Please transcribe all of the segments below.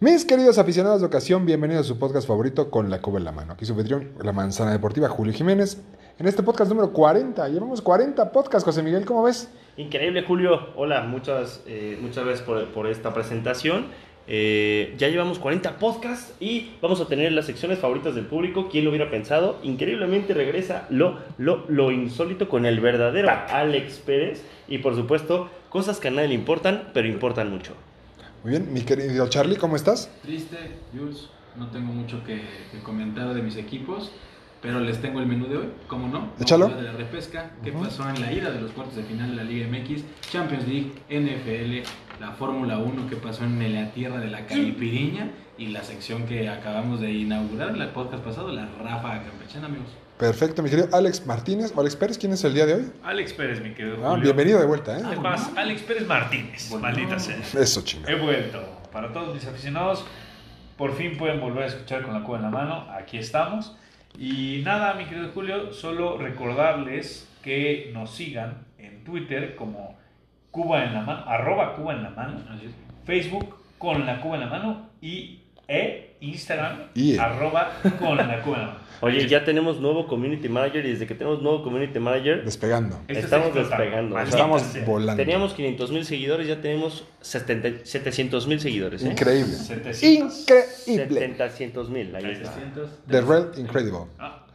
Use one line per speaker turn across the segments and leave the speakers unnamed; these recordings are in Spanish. Mis queridos aficionados de ocasión, bienvenidos a su podcast favorito con la cuba en la mano. Aquí su anfitrión, la manzana deportiva, Julio Jiménez. En este podcast número 40, llevamos 40 podcasts, José Miguel, ¿cómo ves?
Increíble, Julio. Hola, muchas, eh, muchas gracias por, por esta presentación. Eh, ya llevamos 40 podcasts y vamos a tener las secciones favoritas del público. ¿Quién lo hubiera pensado? Increíblemente regresa lo, lo, lo insólito con el verdadero Alex Pérez. Y por supuesto, cosas que a nadie le importan, pero importan mucho.
Muy bien, mi querido Charlie, ¿cómo estás?
Triste, Jules, no tengo mucho que, que comentar de mis equipos, pero les tengo el menú de hoy, ¿cómo no? Vamos
Échalo.
a hablar De la repesca, qué pasó en la ida de los cuartos de final de la Liga MX, Champions League, NFL, la Fórmula 1, qué pasó en la tierra de la Calipiriña y la sección que acabamos de inaugurar en el podcast pasado, la Rafa Campechana, amigos.
Perfecto, mi querido Alex Martínez, o Alex Pérez, ¿quién es el día de hoy?
Alex Pérez, mi querido
Ah,
Julio.
bienvenido de vuelta, ¿eh?
Es más, Alex Pérez Martínez,
Volvió.
maldita sea.
Eso, chinga.
He vuelto. Para todos mis aficionados, por fin pueden volver a escuchar con la cuba en la mano. Aquí estamos. Y nada, mi querido Julio, solo recordarles que nos sigan en Twitter como Cuba en la mano, arroba Cuba en la mano,
Así es.
Facebook con la Cuba en la mano y e Instagram
Y-
arroba con la Cuba en la mano.
Oye, ya tenemos nuevo community manager y desde que tenemos nuevo community manager,
Despegando.
Esto está
Estamos
explotando.
despegando.
Maldita
Estamos
sea.
volando.
teníamos 500 mil seguidores, ya tenemos 70 700 mil seguidores. ¿eh?
Increíble.
700.
Increíble.
700 mil, ahí está.
300.
The Real Incredible.
Ah,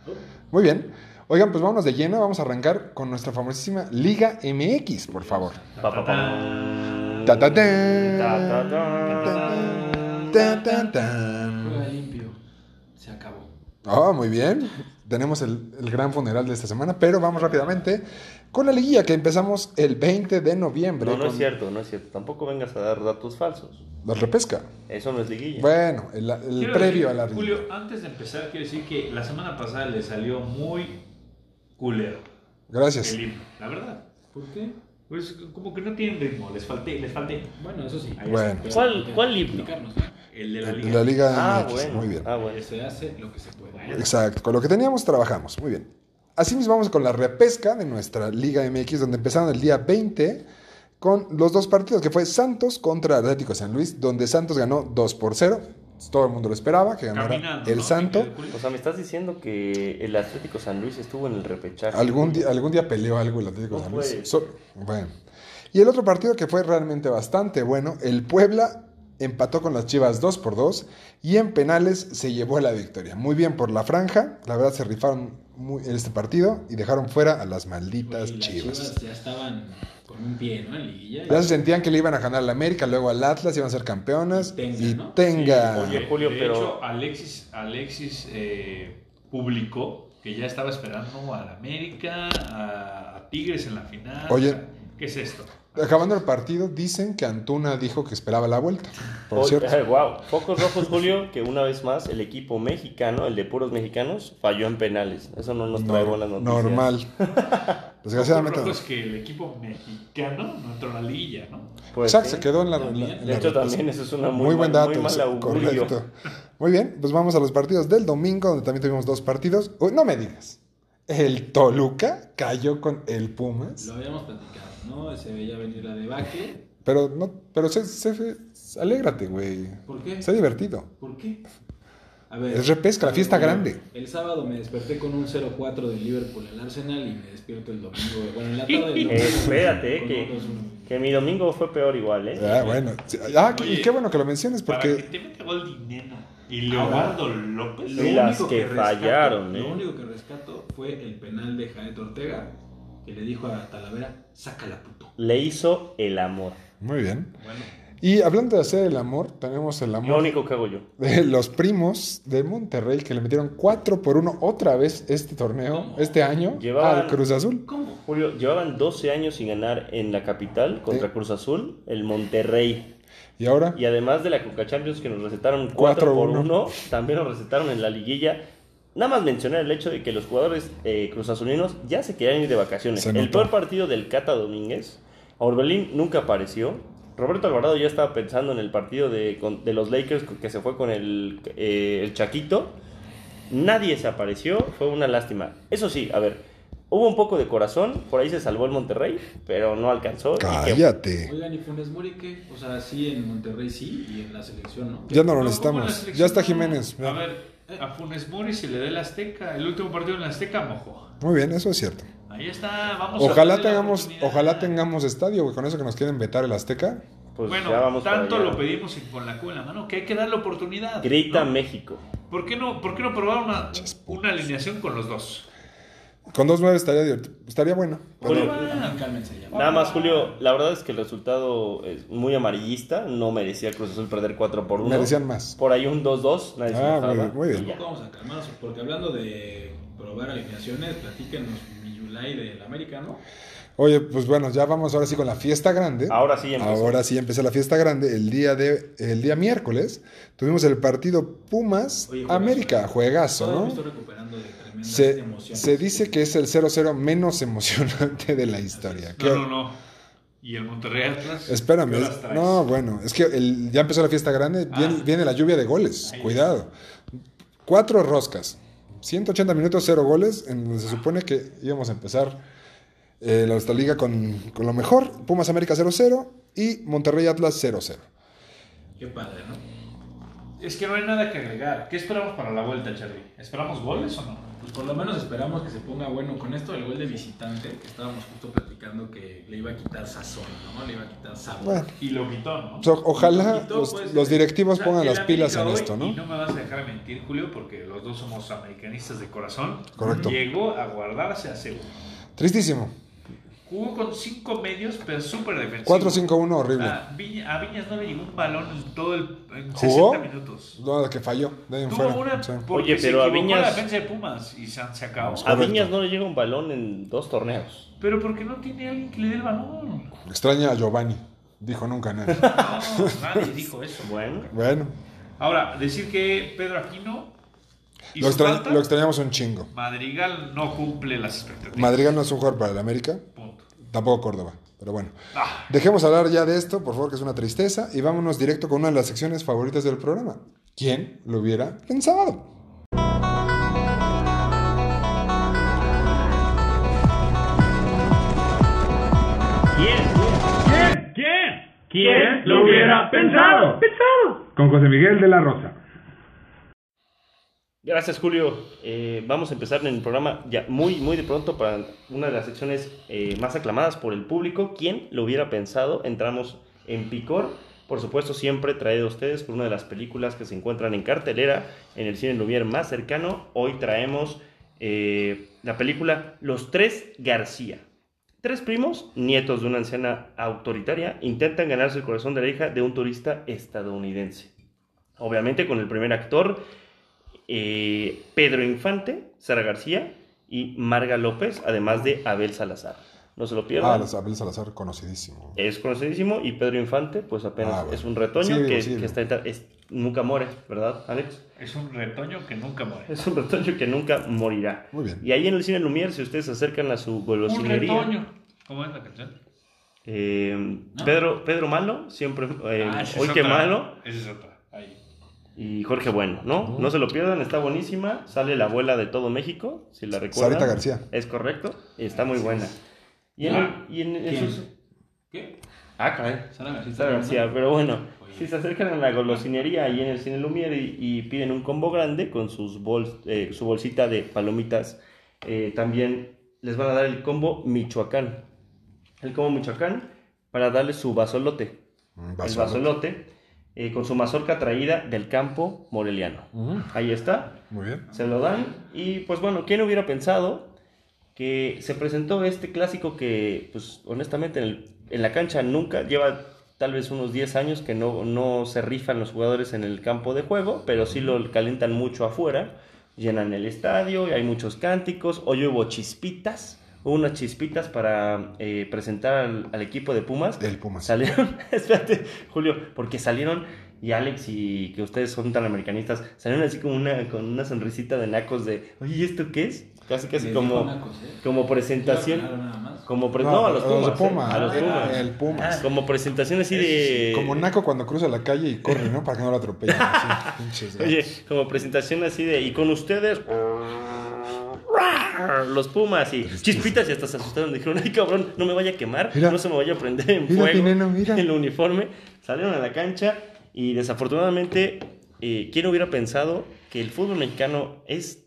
Muy bien. Oigan, pues vámonos de lleno, vamos a arrancar con nuestra famosísima Liga MX, por favor.
Pa, pa, pa.
Ah.
Ta, ta, tan.
Ta, ta, tan.
Ta, ta, tan.
Juega limpio, se acabó.
Ah, muy bien. Tenemos el, el gran funeral de esta semana, pero vamos rápidamente con la liguilla que empezamos el 20 de noviembre.
No, no es
con
cierto, no es cierto. Tampoco vengas a dar datos falsos.
La repesca.
Eso no es liguilla.
Bueno, el, el
Quiero
previo
decir,
a la
Julio,
liguilla.
antes de empezar, quiero decir que la semana pasada le salió muy culero
Gracias.
el himno, la verdad.
¿Por qué?
Pues como que no tienen ritmo, les falté, les falté.
Bueno, eso sí.
Ahí
Bueno.
Pero
¿Cuál-
hay que
cuál himno?
explicarnos, ¿no?
El de la liga.
La Liga
ah,
MX,
bueno.
muy bien.
Ah, bueno.
Se hace lo que se puede.
Exacto, con lo que teníamos trabajamos, muy bien. Asimismo vamos con la repesca de nuestra Liga MX, donde empezaron el día 20 con los dos partidos, que fue Santos contra Atlético San Luis, donde Santos ganó 2 por 0. Todo el mundo lo esperaba, que ganara
Caminando,
el
¿no?
Santo.
Mi querido Julio.
O sea, me estás diciendo que el Atlético San Luis estuvo en el repechaje.
Algún día, algún día peleó algo el Atlético
No
San Luis.
puede
So- bueno. Y el otro partido que fue realmente bastante bueno, el Puebla empató con las Chivas 2 por 2 y en penales se llevó la victoria. Muy bien por la franja, la verdad se rifaron muy en este partido y dejaron fuera a las malditas
Oye, las
Chivas.
Chivas ya estaban con un pie, ¿no? En liguilla.
Ya se sentían que le iban a ganar al América, luego al Atlas, iban a ser campeonas
Tenga,
y
¿no?
tenga.
Sí, oye. Julio,
de
pero-
hecho, Alexis, Alexis eh, publicó que ya estaba esperando al América, a, a Tigres en la final.
Oye.
O sea, ¿Qué es esto?
Acabando el partido, dicen que Antuna dijo que esperaba la vuelta. Por cierto.
wow. Focos rojos, Julio, que una vez más el equipo mexicano, el de puros mexicanos, falló en penales. Eso no nos trae
Nor-
buenas noticias.
normal. Desgraciadamente.
Lo
no.
loco es que el equipo mexicano no entró a la liga, ¿no?
Pues
Exacto,
sí.
se quedó en la.
También.
en la- en
De
la
hecho,
repesca.
también eso es una muy,
Muy buen dato.
Muy mal
sí,
augurio.
correcto. Muy bien, pues vamos a los partidos del domingo, donde también tuvimos dos partidos. Uy, no me digas. El Toluca cayó con el Pumas.
Lo habíamos platicado, ¿no? Se veía venir la debacle.
Pero no, pero se, se- se- alégrate, güey.
¿Por qué?
Está divertido.
¿Por qué? A ver.
Es repesca, la fiesta
a ver,
grande.
El sábado me desperté con un 0-4 del Liverpool al Arsenal y me despierto el domingo. Bueno, en la tarde del
Eh,
domingo.
espérate, eh,
con
que,
unos-
que mi domingo fue peor igual, ¿eh?
Ah, bueno. Sí, Ah, y
Oye,
qué bueno que lo menciones
Para que
porque
te meta gol dinero. Y Leobardo López.
Y las que fallaron,
Lo
¿eh?
único que rescato fue el penal de Janet Ortega, que le dijo a Talavera, sácala puto.
Le hizo el amor.
muy bien.
Bueno,
Y hablando de hacer el amor, tenemos el
Lo
amor
único que hago yo.
de los primos de Monterrey que le metieron 4 por 1 otra vez este torneo,
¿Cómo?
este año,
Llevaban-
al Cruz Azul.
¿Cómo?
Julio, llevaban 12 años sin ganar en la capital contra
Sí.
Cruz Azul, el Monterrey.
Y ahora,
Y además de la Coca Champions que nos recetaron 4 por
4-1.
1, también nos recetaron en la liguilla. Nada más mencionar el hecho de que los jugadores eh, cruzazulinos ya se querían ir de vacaciones.
Se
El
notó.
peor partido del Cata Domínguez, Orbelín nunca apareció. Roberto Alvarado ya estaba pensando en el partido de, con- de los Lakers que se fue con el, eh, el Chaquito. Nadie se apareció, fue una lástima. Eso sí, a ver, hubo un poco de corazón, por ahí se salvó el Monterrey, pero no alcanzó. y que-
cállate.
Oigan, ¿y Funes Mori qué? O sea, sí en Monterrey sí y en la selección no.
Ya no lo
Tampoco la
necesitamos.
selección,
Ya está
no.
Jiménez.
A ver, a Funes Mori se le da el Azteca. El último partido en el Azteca mojó.
Muy bien, eso es cierto.
Ahí está, vamos a
Ojalá
darle la
tengamos,
oportunidad.
ojalá tengamos estadio, güey, con eso que nos quieren vetar el Azteca.
pues
bueno,
ya vamos para
tanto
allá.
lo pedimos y con la Q en la mano que hay que darle oportunidad.
Grita
¿no?
México.
¿Por qué no, por qué no probar una,
Pinches putos.
una alineación con los dos?
Con dos nueve estaría, divert- estaría bueno.
Julio,
Ah,
Cálmense ya.
Nada más, Julio, la verdad es que el resultado es muy amarillista. No merecía Cruz Azul perder 4 por 1.
Merecían más.
Por ahí un 2-2. Nadie se
Ah,
enojaba.
muy bien, muy bien.
Y ya.
Tampoco vamos a calmarnos, porque hablando de probar alineaciones, platíquenos mi Yulai del América, ¿no?
Oye, pues bueno, ya vamos ahora sí con la fiesta grande.
Ahora sí empezó.
Ahora sí empezó la fiesta grande. El día de el día miércoles tuvimos el partido Pumas
Oye, juegazo,
América,
eh.
juegazo,
Todavía me
¿no?
estoy recuperando de tremendas
Se,
emociones.
se dice que es el 0-0 menos emocionante de la historia. ¿Qué-
No, no, no. ¿Y el Monterrey Atlas?
Espérame,
¿Qué
es-
horas traes?
no, bueno, es que el- ya empezó la fiesta grande, viene,
Ah.
viene la lluvia de goles,
Ahí
cuidado. Cuatro roscas, 180 minutos, cero goles, en donde se supone que íbamos a empezar eh, la Australiga con, con lo mejor, Pumas América 0-0 y Monterrey Atlas 0-0.
Qué padre, ¿no?
Es que no hay nada que agregar. ¿Qué esperamos para la vuelta, Charlie? ¿Esperamos goles o no?
Pues por lo menos esperamos que se ponga bueno con esto del gol de visitante, que estábamos justo platicando que le iba a quitar sazón, ¿no? Le iba a quitar sabor.
Bueno,
Y lo quitó, ¿no?
so- ojalá
poquito,
los,
pues,
los
O
directivos
sea,
pongan
el
las pilas en
América hoy,
esto,
Y
¿no?
no me vas a dejar mentir, Julio, porque los dos somos americanistas de corazón.
Correcto.
Llegó a guardarse a cero.
Tristísimo,
Jugó con cinco medios, pero súper defensivo.
4-5-1 horrible.
A, Viña- a Viñas no le llegó un balón en todo el en
¿Jugó?
60 minutos.
No, que falló, de ahí en
Tuvo
fuera.
una
sí.
porque
Oye, pero
se
a
equivocó
Viñas-
la defensa de Pumas y se, se acabó.
A
Correcto.
Viñas no le llega un balón en dos torneos.
Pero porque no tiene alguien que le dé el balón.
Extraña a Giovanni, dijo nunca nadie.
No, nadie dijo eso.
Bueno,
bueno,
Ahora, decir que Pedro Aquino hizo
lo, extra-
falta.
lo extrañamos un chingo.
Madrigal no cumple las expectativas.
Madrigal no es un jugador para el América,
Punto.
tampoco Córdoba, pero bueno.
Ah,
Dejemos hablar ya de esto, por favor, que es una tristeza, y vámonos directo con una de las secciones favoritas del programa. ¿Quién lo hubiera pensado?
¿Quién lo hubiera pensado? Pensado. Con José Miguel de la Rosa.
gracias, Julio. Eh, vamos a empezar en el programa ya muy, muy de pronto para una de las secciones eh, más aclamadas por el público. ¿Quién lo hubiera pensado? Entramos en picor. Por supuesto, siempre traído a ustedes por una de las películas que se encuentran en cartelera en el cine Lumière más cercano. Hoy traemos eh, la película Los Tres García. Tres primos, nietos de una anciana autoritaria, intentan ganarse el corazón de la hija de un turista estadounidense. Obviamente con el primer actor, eh, Pedro Infante, Sara García y Marga López, además de Abel Salazar. No se lo pierdan.
Ah, los Abel Salazar, conocidísimo.
Es conocidísimo y Pedro Infante, pues apenas
Ah, bueno.
es un retoño
Sí, vivo,
que,
sí,
que
vivo.
está, es- nunca muere, ¿verdad, Alex?
es un retoño que nunca muere.
Es un retoño que nunca morirá.
Muy bien.
Y ahí en el cine Lumière, si ustedes se acercan a su
Un
golosinería,
retoño. ¿Cómo es la canción?
eh, Pedro, Pedro Malo, siempre, eh,
Ah, esa
hoy
es
que
otra.
malo,
Esa es otra. Ahí.
y Jorge Bueno, ¿no? No se lo pierdan, está buenísima. Sale la abuela de todo México, si la recuerdan.
Sarita García.
Es correcto, está muy buena. Y en,
Ah,
el- y en
¿Quién?
esos-
¿Qué?
Ah, caray.
Sara García.
Sara García, pero bueno,
Oye.
si se acercan a la golosinería ahí en el cine Lumière y, y piden un combo grande con sus bols- eh, su bolsita de palomitas, eh, también les van a dar el combo Michoacán. El combo Michoacán para darle su basolote.
Mm,
El
basura.
basolote eh, con su mazorca traída del campo moreliano.
Mm,
Ahí está.
muy bien.
Se lo dan. Y pues bueno, ¿quién hubiera pensado que se presentó este clásico que, pues honestamente, en, el- en la cancha nunca lleva tal vez unos 10 años que no, no se rifan los jugadores en el campo de juego, pero sí lo calentan mucho afuera, llenan el estadio, y hay muchos cánticos, hoy hubo chispitas, hubo unas chispitas para eh, presentar al, al equipo de Pumas.
Del Pumas.
Salieron, espérate, Julio, porque salieron y Alex y que ustedes son tan americanistas, salieron así como una, con una sonrisita de nacos de, oye, ¿y esto qué es? Casi, casi
Le
como,
dijo nacos, ¿eh?
como presentación.
Claro, nada más.
Como pre- no, a los Pumas. ¿eh?
Pumas,
A los
el-
Pumas.
El, Pumas.
Ah, como presentación así de.
Como Naco cuando cruza la calle y corre, ¿no? Para que no lo atropellen. así, pinches gatos.
Oye, como presentación así de. Y con ustedes. Los Pumas y chispitas y hasta se asustaron. Dijeron, ay cabrón, no me vaya a quemar,
Mira.
no se me vaya a prender en
Mira,
fuego
Pineno, mira.
el uniforme. Salieron a la cancha y desafortunadamente, eh, ¿quién hubiera pensado que el fútbol mexicano es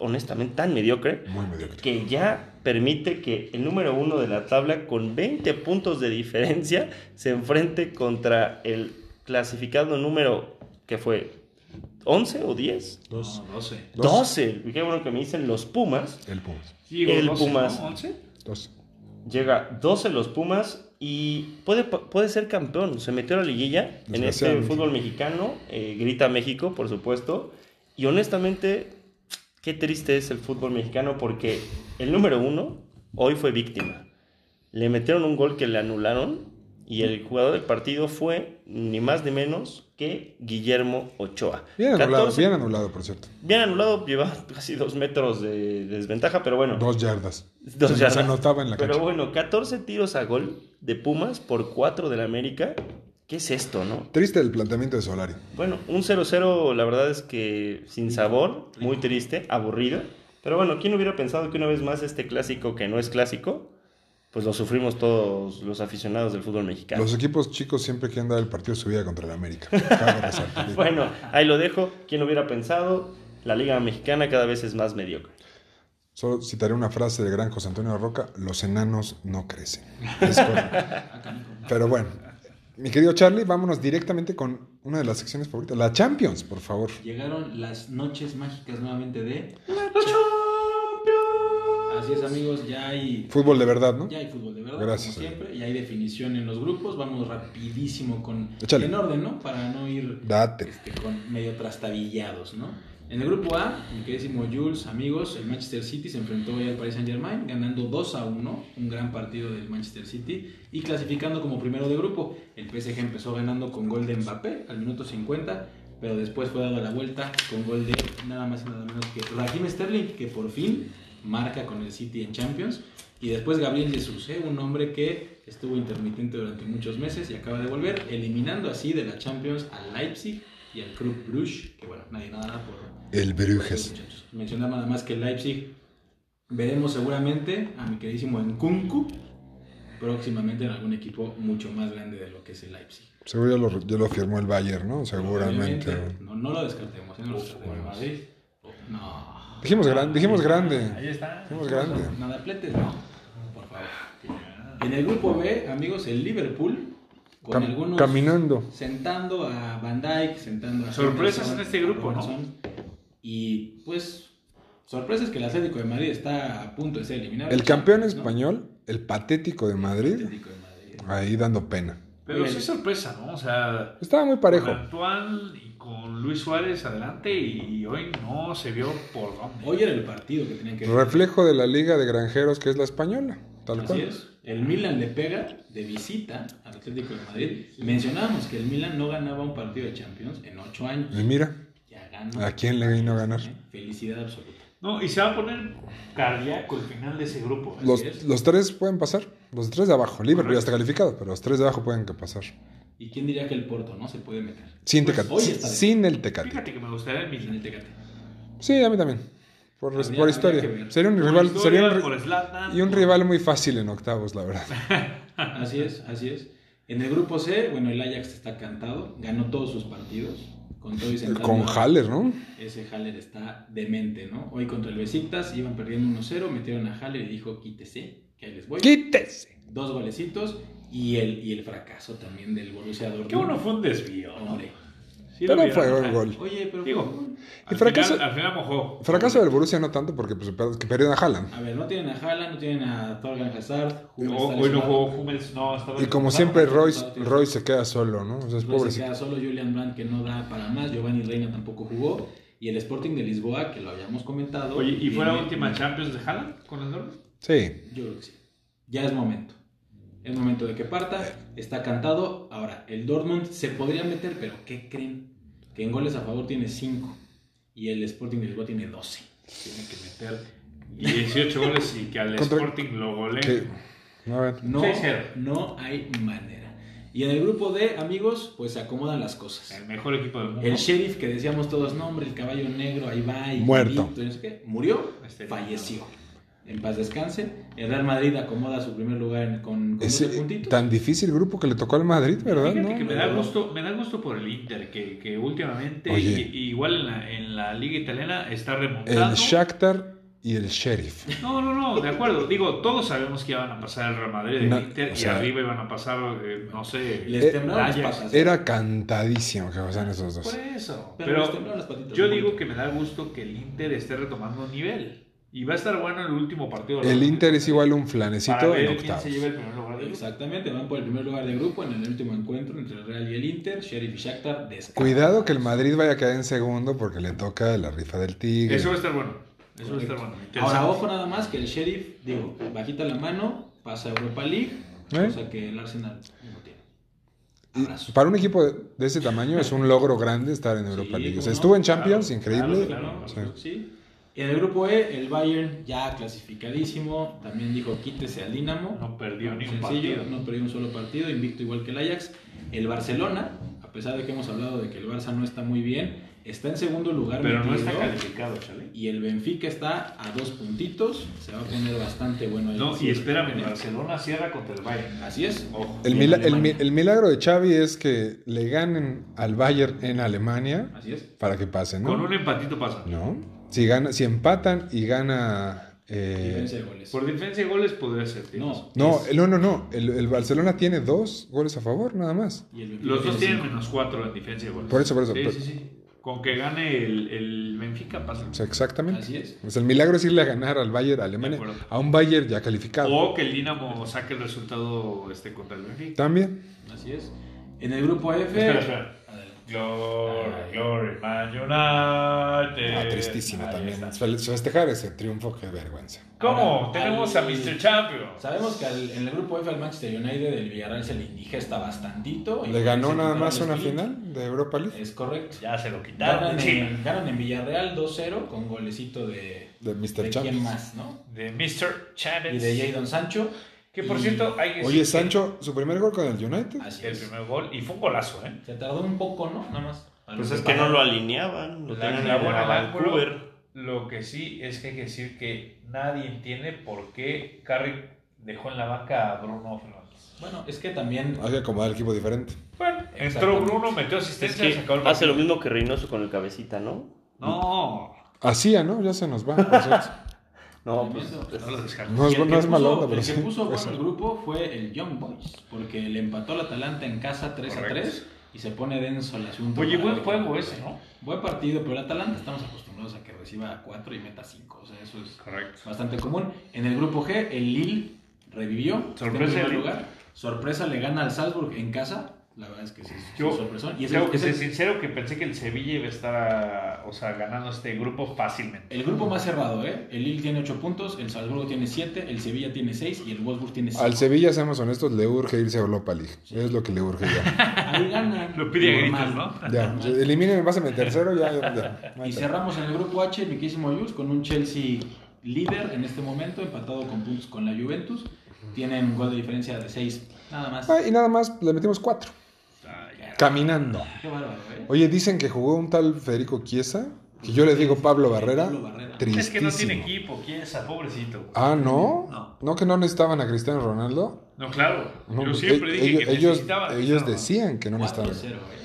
honestamente tan mediocre?
Muy mediocre.
que ya permite que el número uno de la tabla con 20 puntos de diferencia se enfrente contra el clasificado número que fue 11 o 10.
Dos.
No, 12.
Dos.
12. Y Qué bueno que me dicen los Pumas.
El Pumas.
Sí, digo,
El
12, ¿no?
Pumas.
11.
Dos.
Llega 12 los Pumas y puede, puede ser campeón. Se metió a la liguilla en este
Desgraciadamente.
fútbol mexicano. eh, grita México, por supuesto. Y honestamente, qué triste es el fútbol mexicano porque el número uno hoy fue víctima. Le metieron un gol que le anularon y el jugador del partido fue ni más ni menos que Guillermo Ochoa.
Bien anulado,
14
bien anulado, por cierto.
bien anulado, llevaba casi dos metros de desventaja, pero bueno.
Dos yardas.
Dos
Se-
yardas.
Se notaba en la
Pero
cancha.
bueno, 14 tiros a gol de Pumas por 4 del América. ¿Qué es esto, no?
Triste el planteamiento de Solari.
Bueno, un 0-0, la verdad es que sin sabor, muy triste, aburrido. Pero bueno, ¿quién hubiera pensado que una vez más este clásico que no es clásico, pues lo sufrimos todos los aficionados del fútbol mexicano?
Los equipos chicos siempre quieren dar el partido de su vida contra el América. Cabe resaltar.
Bueno, ahí lo dejo. ¿Quién hubiera pensado? La Liga Mexicana cada vez es más mediocre.
Solo citaré una frase del gran José Antonio Roca: Los enanos no crecen. Es correcto.
Ah,
Pero bueno, mi querido Charlie, vámonos directamente con una de las secciones favoritas: la Champions, por favor.
Llegaron las noches mágicas nuevamente de... Así es, amigos, ya hay...
Fútbol de verdad, ¿no?
Ya hay fútbol, de verdad,
Gracias,
como
amigo.
siempre. Y hay definición en los grupos. Vamos rapidísimo con...
Échale.
En orden, ¿no? Para no ir
Date.
este, con medio trastabillados, ¿no? En el grupo A, mi queridísimo Jules, amigos, el Manchester City se enfrentó hoy al Paris Saint Germain, ganando 2 a 1, un gran partido del Manchester City, y clasificando como primero de grupo. El PSG empezó ganando con gol de Mbappé al minuto 50, pero después fue dado la vuelta con gol de nada más y nada menos que Raheem Sterling, que por fin marca con el City en Champions. Y después Gabriel Jesús, ¿eh? un hombre que estuvo intermitente durante muchos meses y acaba de volver, eliminando así de la Champions al Leipzig y al Club Bruges, que bueno, nadie nada da por...
El Bruges.
muchachos. Mencionar nada más que el Leipzig veremos seguramente a mi queridísimo Nkunku próximamente en algún equipo mucho más grande de lo que es el Leipzig.
Seguro ya lo, ya lo firmó el Bayern, ¿no? Seguramente.
Obviamente, No, no lo descartemos, ¿eh? no lo descartemos.
Madrid.
No.
Dijimos, gran- dijimos
Ahí
grande.
está.
Dijimos grande.
Nada, pletes, no. Por favor. En el grupo B, amigos, el Liverpool, con
Cam-
algunos
Caminando.
sentando a Van Dyke, sentando a
Sorpresas
Henderson,
en este grupo, ¿no?
Robertson. Y pues sorpresas que el Atlético de Madrid está a punto de ser eliminado.
El campeón
¿no?
español, el patético de Madrid,
Atlético de Madrid.
ahí dando pena.
Pero sí sorpresa, ¿no? O sea,
Estaba muy parejo.
con Antoine y con Luis Suárez adelante y hoy no se vio por dónde.
Hoy era el partido que tenían que
Reflejo de la liga de granjeros que es la española, tal
Así
cual.
es. El Milan le pega de visita al Atlético de Madrid. Mencionábamos que el Milan no ganaba un partido de Champions en ocho años.
Y mira,
Ya ganó.
¿a quién le vino a ganar?
¿Eh? Felicidad absoluta.
No, y se va a poner cardíaco el final de ese grupo. ¿eh?
Los, los tres pueden pasar, los tres de abajo. Liverpool ya está calificado, pero los tres de abajo pueden que pasar.
¿Y quién diría que el Porto no se puede meter?
Sin,
Pues
Tecate-
hoy
sin-
está de-
sin el Tecate.
Fíjate que me gustaría el
en
Milan.
el Tecate.
Sí, a mí también. Por,
Habría-
por
habría que
historia.
ver.
Sería un
Por
rival,
historia,
sería un ri-
por Zlatan,
y un
por-
rival muy fácil en octavos, la verdad.
Así es, así es. En el grupo C, bueno, el Ajax está cantado. Ganó todos sus partidos. Con todo y sentado.
Con Haller, ¿no?
Ese Haller está demente, ¿no? Hoy contra el Besiktas iban perdiendo 1-0, metieron a Haller y dijo, quítese, que ahí les voy.
Quítese.
dos golecitos y el, y el fracaso también del Borussia Dortmund.
Qué bueno fue un desvío. ¿no?
Hombre.
Sí lo
Pero
vieron,
fue
¿eh?
un gol.
Oye, pero...
Digo,
Y
al,
fracaso-
final, al final mojó.
Fracaso del Borussia no tanto porque pues, per- que perdieron a Haaland.
A ver, no tienen a Haaland, no tienen a Thorgan Hazard.
Hoy,
Hummels está
hoy no
lesionado,
jugó Hummels, no, estaba
Y como
lesionado.
siempre, Royce, Royce se queda solo, ¿no? O sea, es
Royce se
pobrecito.
queda solo Julian Brandt que no da para más, Giovanni Reina tampoco jugó y el Sporting de Lisboa que lo habíamos comentado.
Oye, ¿y fue la
tiene-
última Champions de Haaland con el Dortmund?
Sí.
Yo creo que sí. Ya es momento. Es momento de que parta. Está cantado. Ahora, el Dortmund se podría meter, pero ¿qué creen? Que en goles a favor tiene 5 y el Sporting de Lisboa tiene 12. Tiene que meter.
18 goles y que al
Contra-
Sporting lo goleen.
Que- a ver.
No,
6-0.
no hay manera. Y en el grupo de amigos, pues se acomodan las cosas.
El mejor equipo del mundo.
El sheriff que decíamos todos, no, hombre, el caballo negro, ahí va, y
Muerto.
grito, y no sé qué, murió,
Este,
falleció. En paz descanse. El Real Madrid acomoda su primer lugar en- con, con
Es
12
eh,
puntitos.
tan difícil grupo que le tocó al Madrid, ¿verdad?
Fíjate que
¿No?
me da gusto, me da gusto por el Inter, que, que últimamente,
Oye.
y- igual en la, en la liga italiana, está remontando.
El Shakhtar y el Sheriff.
No, no, no, de acuerdo. Digo, todos sabemos que iban a pasar el Real Madrid, el
No,
Inter,
o
y
sea,
arriba iban a pasar, eh, no sé,
Les
Eh,
temblaron las
Ajax.
patas.
Era cantadísimo que pasaran esos
por
dos.
eso.
Pero
Pero,
les temblaron las patitas
yo
un
digo
poquito.
que me da gusto que el Inter esté retomando nivel. Y va a estar bueno el último partido.
El Inter es igual un
para
flanecito
ver
en
quién se
octavos.
lleva el primer lugar del grupo.
Exactamente, van por el primer lugar del grupo en el último encuentro entre el Real y el Inter, Sheriff y Shakhtar. descansan.
Cuidado que el Madrid vaya a caer en segundo porque le toca la rifa del Tigre.
Eso va a estar bueno. Eso va a estar bueno.
Ahora,
Interesante.
ojo nada más que el Sheriff, digo, bajita la mano, pasa a Europa League,
¿Eh?
cosa que el Arsenal no tiene. Abrazo.
Para un equipo de de ese tamaño es un logro grande estar en Europa
Sí,
League. O
¿cómo
sea,
no?
estuvo en Champions,
Claro,
increíble.
claro,
Sí.
Claro, sí. En el grupo E, el Bayern ya clasificadísimo, también dijo quítese al Dinamo.
No perdió ni un
Sencillo,
partido.
No perdió un solo partido, invicto igual que el Ajax. El Barcelona, a pesar de que hemos hablado de que el Barça no está muy bien, está en segundo lugar.
Pero no está
metido.
calificado, chale.
Y el Benfica está a dos puntitos, se va a poner bastante bueno ahí.
No, y espérame,
Sí.
el Barcelona cierra contra el Bayern.
Así es.
Ojo.
El,
Y en
mila- el mi-
Alemania.
el milagro de Xavi es que le ganen al Bayern en Alemania
Así es.
para que pasen, ¿no?
Con un empatito pasa.
¿No? Si, gana, si empatan y gana... eh,
Diferencia de goles.
Por diferencia de goles podría ser. tienes.
No,
no, eh,
es-
el- no, no, no. El, el Barcelona tiene dos goles a favor, nada más.
y el Benfica
Los dos
tiene
tienen
cinco.
menos cuatro en diferencia de goles.
Por eso, por eso,
Sí,
pero-
sí, sí. Con que gane el, el Benfica pasa.
O sea, exactamente.
Así es.
O sea, el milagro es irle a ganar al Bayern a Alemania,
De acuerdo.
a un Bayern ya calificado.
O que el Dinamo saque el resultado este contra el Benfica.
También.
Así es. En el grupo F.
Eh, Espera, espera.
Adelante.
Glory, glory, Man
Eh,
United.
Ah, tristísima
Ahí
también.
está.
Fel- Festejar ese triunfo, qué vergüenza.
¿Cómo?
Ahora,
Tenemos a
al-
Mr. Champion.
Sabemos que al- en el grupo F al Manchester United el Villarreal se le indigesta bastantito. Y
¿Le ganó
se
nada
quitaron
más
los
una
clips.
final de Europa League?
Es correcto.
Ya se lo
Ganan
quitaron.
en,
Sí.
ganan en Villarreal 2-0 con golecito de,
De Mr.
de
Champions.
quién más, ¿no?
De Mr. Champions.
Y de Jadon Sancho.
Que por
Y-
cierto, hay que
Oye,
decir
Sancho, su primer gol con el United.
Así
que El
es.
primer gol. Y fue un golazo, ¿eh?
Se tardó un poco, ¿no? Nada más.
Pues es que no lo alineaban, lo
La
tenían
clavó
en
en el ángulo.
Vancouver.
Lo que sí es que hay que decir que nadie entiende por qué Carrick dejó en la banca a Bruno Fernández.
Bueno, es que también.
Hay que acomodar el equipo diferente.
Bueno, entró
Exactamente.
Bruno, metió
Es
asistencia,
que
sacó el
hace
partido.
lo mismo que Reynoso con el cabecita, ¿no?
No,
Hacía, ¿no? Ya se nos va. por cierto.
No, pues
no lo descargó.
No
y
es,
el
no
que
es mala
puso-
onda, pero
El que
sí.
puso
pues,
bueno el grupo fue el Young Boys. Porque le empató al Atalanta en casa 3
Correcto.
3. Y se pone denso el asunto.
Oye,
para
buen
ver
juego
qué-
ese, ¿no?
Buen partido, pero el Atalanta estamos acostumbrados a que reciba 4 y meta 5. O sea, eso es
Correcto.
bastante común. En el grupo G, el Lille revivió. está en
Sorpresa,
primer
el Lille.
lugar. Sorpresa le gana al Salzburg en casa. La verdad es que sí, es
Yo
sorpresón. Y es,
tengo
el,
que
es
ser
el-
sincero que pensé que el Sevilla iba a estar, ah, o sea, ganando este grupo fácilmente.
el grupo más cerrado, ¿eh? El Lille tiene 8 puntos, el Salzburgo tiene 7, el Sevilla tiene 6 y el Wolfsburg tiene 5.
Al Sevilla, seamos honestos, le urge irse a Europa League. Es lo que le urge ya.
Ahí gana.
Lo pide a gritos,
Normal.
¿no?
Ya, eliminen, vas a meter tercero, ya. ya, ya.
Y cerramos en el grupo H, mi querísimo Jules, con un Chelsea líder en este momento, empatado con puntos con la Juventus. Tienen gol de diferencia de 6, nada más.
Ah, y nada más, le metimos cuatro.
Ah,
Caminando.
Qué bárbaro, ¿eh?
Oye, dicen que jugó un tal Federico Chiesa, que yo le digo Pablo Barrera.
Pablo Barrera.
Tristísimo.
Es que no tiene equipo, ¿quién es? Pobrecito. güey.
Ah, ¿no?
No.
no. que no necesitaban a Cristiano Ronaldo?
No, claro.
No,
Yo siempre
eh,
dije
ellos,
que
ellos-
necesitaban.
ellos decían que no necesitaban.
4-0, ¿eh?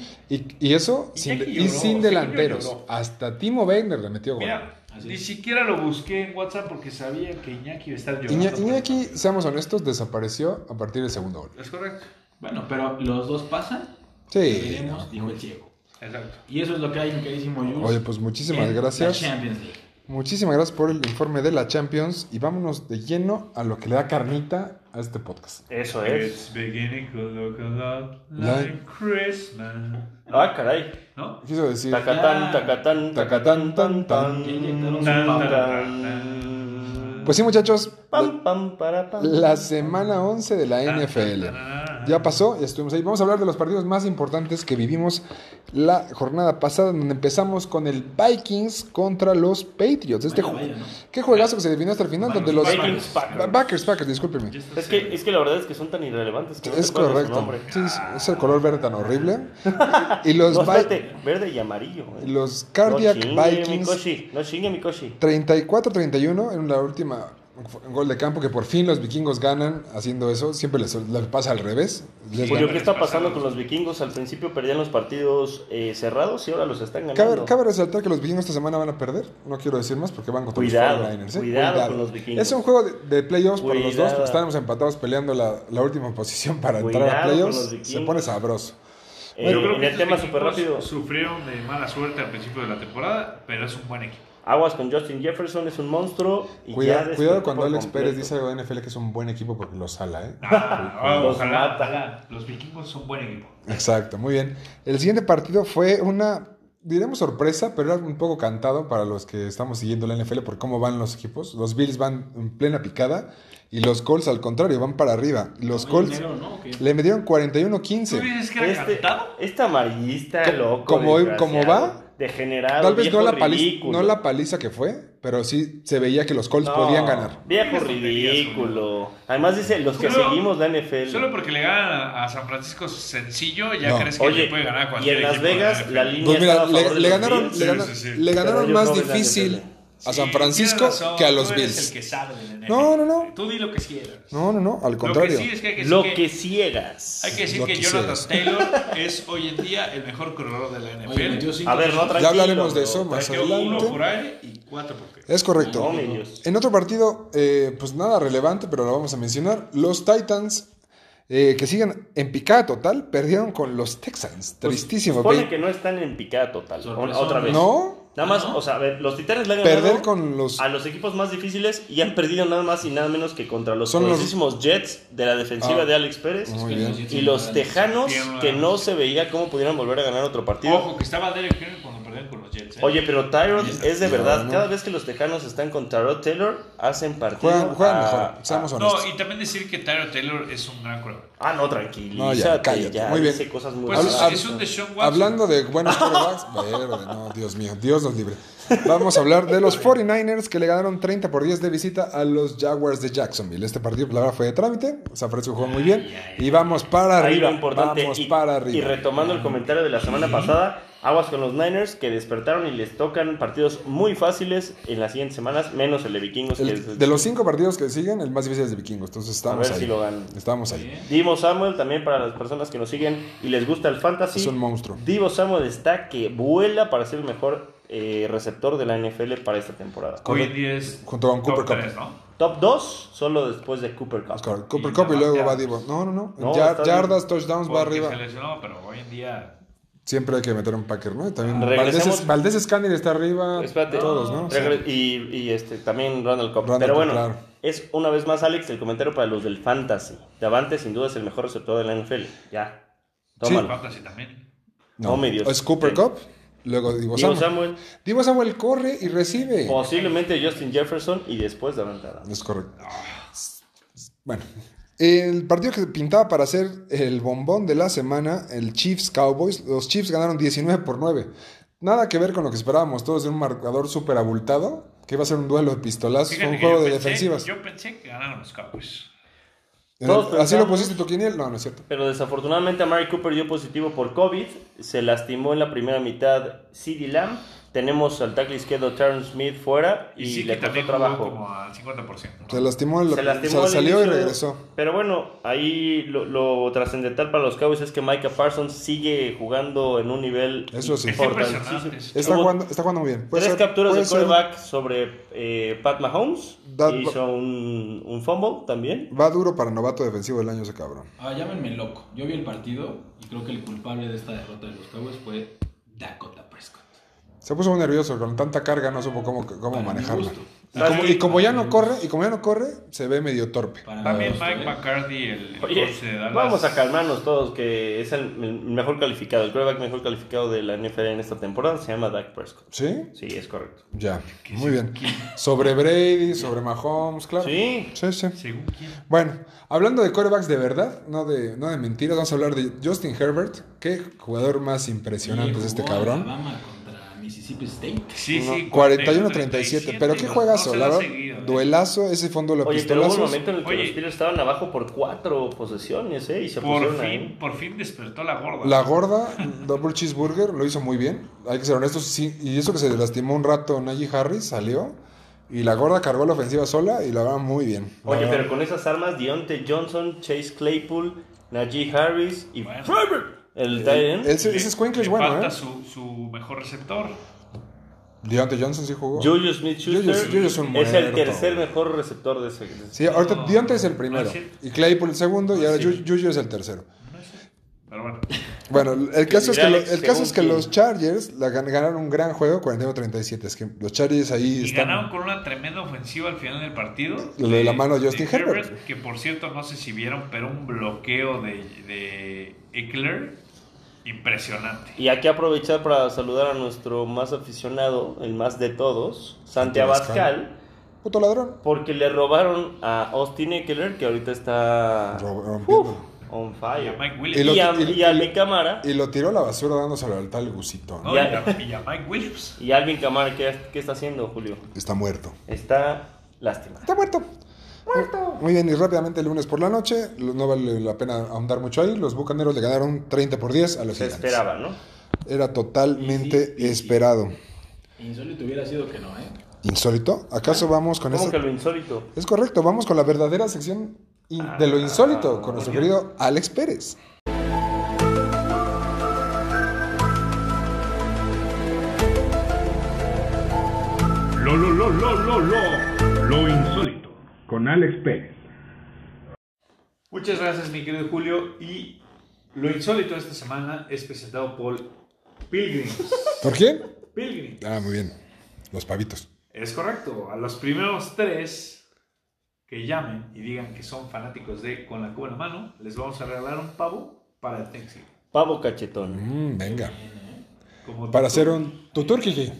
Y, y eso,
Y
sin,
ya que
y
lloró,
sin
sí,
delanteros.
lloró.
Hasta Timo Werner le metió gol.
Mira,
Así
ni
es.
siquiera lo busqué en WhatsApp porque sabía que Iñaki iba a estar llorando.
Iña- Iñaki, seamos honestos, desapareció a partir del segundo gol.
Es correcto.
Bueno, pero los dos pasan.
Sí.
Veremos, dijo el ciego.
Exacto.
Y eso es lo que hay, mi queridísimo Jules.
Oye, pues muchísimas
en
gracias.
La Champions League.
Muchísimas gracias por el informe de la Champions y vámonos de lleno a lo que le da carnita a este podcast.
eso es.
beginning to look a lot
like
Christmas.
Ah, caray.
¿no
Quiso decir,
Tacatán, tacatán,
Tacatán, tan, tan.
Ya inyectaron su
Tan,
pavo.
tan, tan, tan.
Pues sí, muchachos,
Pam, pam, para, pam.
la semana 11 de la NFL.
Ah,
Ya pasó, ya estuvimos ahí. Vamos a hablar de los partidos más importantes que vivimos la jornada pasada, donde empezamos con el Vikings contra los Patriots. Este
Vaya,
ju-
vaya, ¿no?
qué juegazo que se definió hasta el final, donde los
Vikings, Packers.
Backers, Packers, discúlpenme.
ya está
Es que,
cero.
es que la verdad es que son tan irrelevantes que no
Es
te acuerdas de
correcto.
su nombre.
Sí, es, es el color verde tan horrible. Y los,
No,
Vi-
espérate, verde y amarillo. eh.
los Cardiac
no chingue Mi
Vikings
Koshi, no chingue mi Koshi.
34-31 en la última gol de campo que por fin los vikingos ganan haciendo eso. Siempre les, les pasa al revés. Les ganan.
Julio, Pues, ¿qué está pasando con los vikingos? Al principio perdían los partidos eh, cerrados y ahora los están
Cabe,
ganando.
cabe resaltar que los vikingos esta semana van a perder. No quiero decir más porque van contra
Cuidado,
los 49ers. ¿eh?
cuidado con los vikingos.
Es un juego de, de playoffs para los dos
Cuidado.
porque estábamos empatados peleando la, la última posición para entrar a
Cuidado con los
playoffs. Se
vikingos.
pone sabroso.
Eh,
Yo creo
en
que
el
estos
tema súper
equipos
rápido,
Sufrieron de mala suerte al principio de la temporada, pero es un buen equipo.
aguas con Justin Jefferson, es un monstruo. Y
Cuidado,
ya
cuidado
despertó
cuando
por
Alex
completo.
Pérez dice algo de NFL que es un buen equipo porque lo sala, ¿eh?
Ah,
Los
ojalá,
mata.
ojalá. Los vikingos son buen equipo.
Exacto, muy bien. El siguiente partido fue una, diremos sorpresa, pero era un poco cantado para los que estamos siguiendo la NFL por cómo van los equipos. Los Bills van en plena picada y los Colts al contrario, van para arriba. Los
Oye,
Colts
negro, ¿no? ¿O qué?
le metieron
¿Tú
41-15.
dices que era
Este,
cantado?
este amarillista,
Co-
loco.
como-
desgraciado,
como va,
Degenerado.
Tal vez no
viejo
la, paliza,
ridículo.
no la paliza que fue, pero sí se veía que los Colts
No,
podían ganar.
Viejo
Digas tonterías,
ridículo. Además dice, los que
Solo-
seguimos la NFL.
Solo porque le ganan a, a San Francisco sencillo, ya
No.
crees que
Oye,
le puede ganar a
y
cualquier
en Las
equipo de
Vegas
NFL.
la línea
Pues mira,
estaba a favor
le,
de
le
los
ganaron,
Bills.
le ganaron,
sí, sí.
le ganaron
Pero yo
más
creo que la
difícil
NFL.
a San
Sí,
Francisco
tienes razón,
que a los
tú eres
Bills.
el que sabe del NFL.
No, no, no.
Tú di lo que quieras.
No, no, no, al contrario.
Lo que sí es que hay que decir,
Lo
que,
que ciegas.
hay que, decir
Lo
que
que
Jonathan
seas.
Taylor es hoy en día el mejor corredor de la
Oye,
NFL.
metió cinco
A ver, no
touchdowns.
tranquilo.
Ya hablaremos de eso
bro.
más
Metió uno por
adelante.
aire y cuatro por tierra.
Es correcto.
No, mi Dios.
En otro partido, eh, pues nada relevante, pero lo vamos a mencionar. Los Titans, eh, que siguen en picada total, perdieron con los Texans. Tristísimo.
Pues,
Ve-
Supone que no están en picada total. o-
Sorpresón.
Otra vez.
No,
Nada más,
¿No?
o sea, a ver, los titanes le han ganado
perder con los...
a los equipos más difíciles y han perdido nada más y nada menos que contra los
Son los-
poderosísimos Jets de la defensiva
Ah.
de Alex Pérez
Muy bien.
y los Tejanos
Bien,
que
bueno.
no se veía cómo pudieran volver a ganar otro partido.
Ojo, que estaba Derek Henry cuando perdieron con los Jets. ¿eh?
Oye, pero Tyrod es de
No,
verdad.
no.
Cada vez que los tejanos están con Tyrod Taylor, hacen partido. ah,
Juegan, juegan
a-
mejor, seamos
no,
honestos.
y también decir que Tyler Taylor es un gran corredor.
a- Ah, no, tranquilízate.
No, ya,
ya,
cállate. Muy bien.
dice cosas muy
Pues
Habla-
es,
raras.
hab-
es un Deshaun Watson.
Hablando de buenos quarterbacks, verde, no, Dios mío, Dios nos libre. Vamos a hablar de los 49ers que le ganaron 30 por 10 de visita a los Jaguars de Jacksonville. Este partido, la verdad, fue de trámite. San Francisco jugó muy bien. Y vamos para
Ahí
arriba.
lo importante.
Vamos
y,
para
y
arriba.
retomando el comentario de la semana pasada, aguas con los Niners que despertaron y les tocan partidos muy fáciles en las siguientes semanas, menos el de Vikingos. que
El-
es-
de los cinco partidos que siguen, el más difícil es de Vikingos. Entonces estamos
A ver
ahí.
si lo ganan.
Estamos ahí.
Divo Samuel, también para las personas que nos siguen y les gusta el fantasy.
Es un monstruo.
Divo Samuel está que vuela para ser el mejor eh, receptor de la NFL para esta temporada.
Hoy en día es
Junto con Cooper
top
Cup.
tres, ¿no?
Top 2, solo después de Cooper Cup.
Es correcto. Cooper
Y
Cup y luego
yardas.
va Divo. No, no, no.
No,
Yar-
está bien.
yardas, touchdowns, va
Porque
arriba.
se lesionó, pero hoy en día...
Siempre hay que meter un Packer, ¿no? Y También
Regresemos.
Valdés, es- Valdés Scanner está arriba.
Espérate.
Todos, ¿no? Sí.
Regre- Y, y, este, también Randall Cobb.
Randall
Pero
Cobb,
bueno,
claro.
es una vez más, Alex, el comentario para los del Fantasy. Davante, sin duda, es el mejor receptor de la NFL. Ya. Tómalo.
Fantasy también.
No, mi Dios.
Es Cooper
Sí.
Cup, luego Divo
Divo
Samuel.
Samuel, Pues,
Divo Samuel corre y recibe. Ah,
posiblemente Justin Jefferson y después Davante Adams.
Es correcto. Bueno, el partido que pintaba para ser el bombón de la semana, el Chiefs Cowboys, los Chiefs ganaron 19 por 9. Nada que ver con lo que esperábamos todos de un marcador súper abultado, que iba a ser un duelo de pistolazos, fue
Fíjate
un
que
juego
yo
de
pensé-
defensivas.
Yo pensé que ganaron los Cowboys.
En
Todos
el- ¿Así lo
pensamos-
pusiste tu quiniel? No, no es cierto.
Pero desafortunadamente a Mary Cooper dio positivo por COVID. Se lastimó en la primera mitad CD Lamb. Tenemos al tackle izquierdo Terrence Smith fuera y,
Y, sí
le
que
costó
también
trabajo.
jugó como al 50%. ¿no?
Se lastimó, el-
Se lastimó
se-
al
salió y
inicio,
regresó.
Pero bueno, ahí lo, lo trascendental para los Cowboys es que Micah Parsons sigue jugando en un nivel
Eso sí.
Está
importantísimo.
impresionante.
Está
Hubo
jugando, está jugando muy bien. Puede
tres
ser-
capturas
puede
de
ser-
quarterback sobre eh, Pat Mahomes.
Da-
hizo un, un fumble también.
Va duro para novato defensivo del año ese cabrón.
Ah, llámenme loco. Yo vi el partido y creo que el culpable de esta derrota de los Cowboys fue Dakota Prescott.
Se puso muy nervioso, con tanta carga no supo cómo, cómo
Para mi
manejarla.
gusto.
Y como, y como ya no corre, y como ya no corre, se ve medio torpe.
Para
También
los-
Mike McCarthy, el
Oye,
el coach de Pues, eh, Dallas.
vamos a calmarnos todos, que es el, el mejor calificado, el quarterback mejor calificado de la NFL en esta temporada se llama Dak Prescott.
¿Sí?
Sí, es correcto.
Ya. Muy bien. Sobre Brady, sobre Mahomes, claro.
Sí.
Sí, sí.
Según quién.
Bueno, hablando de corebacks de verdad, no de, no de mentiras, vamos a hablar de Justin Herbert. Qué jugador más impresionante es
Oye,
este
jugó
cabrón.
Alabama contra Mississippi State.
Sí,
No,
sí.
41-37, pero qué
los
juegazo,
doce
la
lo ha
verdad.
seguido, ¿eh?
Duelazo, ese fue un duelo de
Oye, pero hubo un
pistolazos.
momento en el que
Oye.
los Steelers estaban abajo por cuatro posesiones, ¿eh? Y se
Por
pusieron
fin,
ahí.
por fin despertó la gorda.
La gorda, Double Cheeseburger, lo hizo muy bien. Hay que ser honestos. Sí, y eso que se lastimó un rato Najee Harris, salió. Y la gorda cargó la ofensiva sola y la va muy bien. La
Oye,
verdad.
pero con esas armas, Deontay Johnson, Chase Claypool, Najee Harris y
Bueno.
Herbert, el tight end.
Ese,
Le-
ese escuincle Eh, es
le
bueno,
falta
¿eh?
su, su mejor receptor.
Deontay Johnson sí jugó.
Juju Smith
Juju- Juju
Schuster
es un
es el
muerto,
tercer
güey.
mejor receptor de ese. de ese-
Sí, ahorita
No.
Deontay es el primero.
No es cierto.
Y Claypool el segundo. Y ahora
es
Ju- Juju es el tercero.
Pero bueno,
Bueno, el caso es que,
dirá
lo-
Alex
el caso es que
según
los Chargers la gan- ganaron un gran juego 41-37. Es que los Chargers ahí
y
están.
ganaron con una tremenda ofensiva al final del partido.
Lo de la mano de Justin Herbert.
Que por cierto, no sé si vieron, pero un bloqueo de, de Eckler impresionante.
Y hay que aprovechar para saludar a nuestro más aficionado, el más de todos, Santi Abascal,
Puto ladrón.
porque le robaron a Austin Eckler, que ahorita está
Ro- rompiendo.
on
Y a
fire.
Mike
Y,
Williams.
Y lo-
a,
y-
y a Alvin Camara,
Y lo tiró a la basura dándoselo al tal Gusito. ¿no?
¿no?
y
y,
a-
a, y a Mike Williams.
y Alvin Camara, ¿qué, qué está haciendo, Julio?
Está muerto.
Está lástima.
Está muerto. Muerto. Muy bien, y rápidamente el lunes por la noche, lo- no vale la pena ahondar mucho ahí, los Bucaneros le ganaron 30 por 10 a los
Se
Gigantes.
esperaba, ¿no?
Era totalmente
Easy peasy.
esperado.
Insólito hubiera sido que no, ¿eh?
¿Insólito? ¿Acaso vamos con
Como
eso?
Ah, que lo insólito.
Es correcto, vamos con la verdadera sección in- de lo insólito con nuestro
Ah, bien.
querido Alex Pérez.
Lo, lo, lo, lo, lo, lo. Lo insólito. Con Alex Pérez.
Muchas gracias, mi querido Julio. Y lo insólito de esta semana es presentado por Pilgrims.
¿Por quién?
Pilgrims.
Ah, muy bien. Los pavitos.
Es correcto. A los primeros tres que llamen y digan que son fanáticos de Con la Cuba en la Mano, les vamos a regalar un pavo para el Thanksgiving.
Pavo cachetón.
Mm, venga.
Como
Para
tú-
hacer un tuturquiji.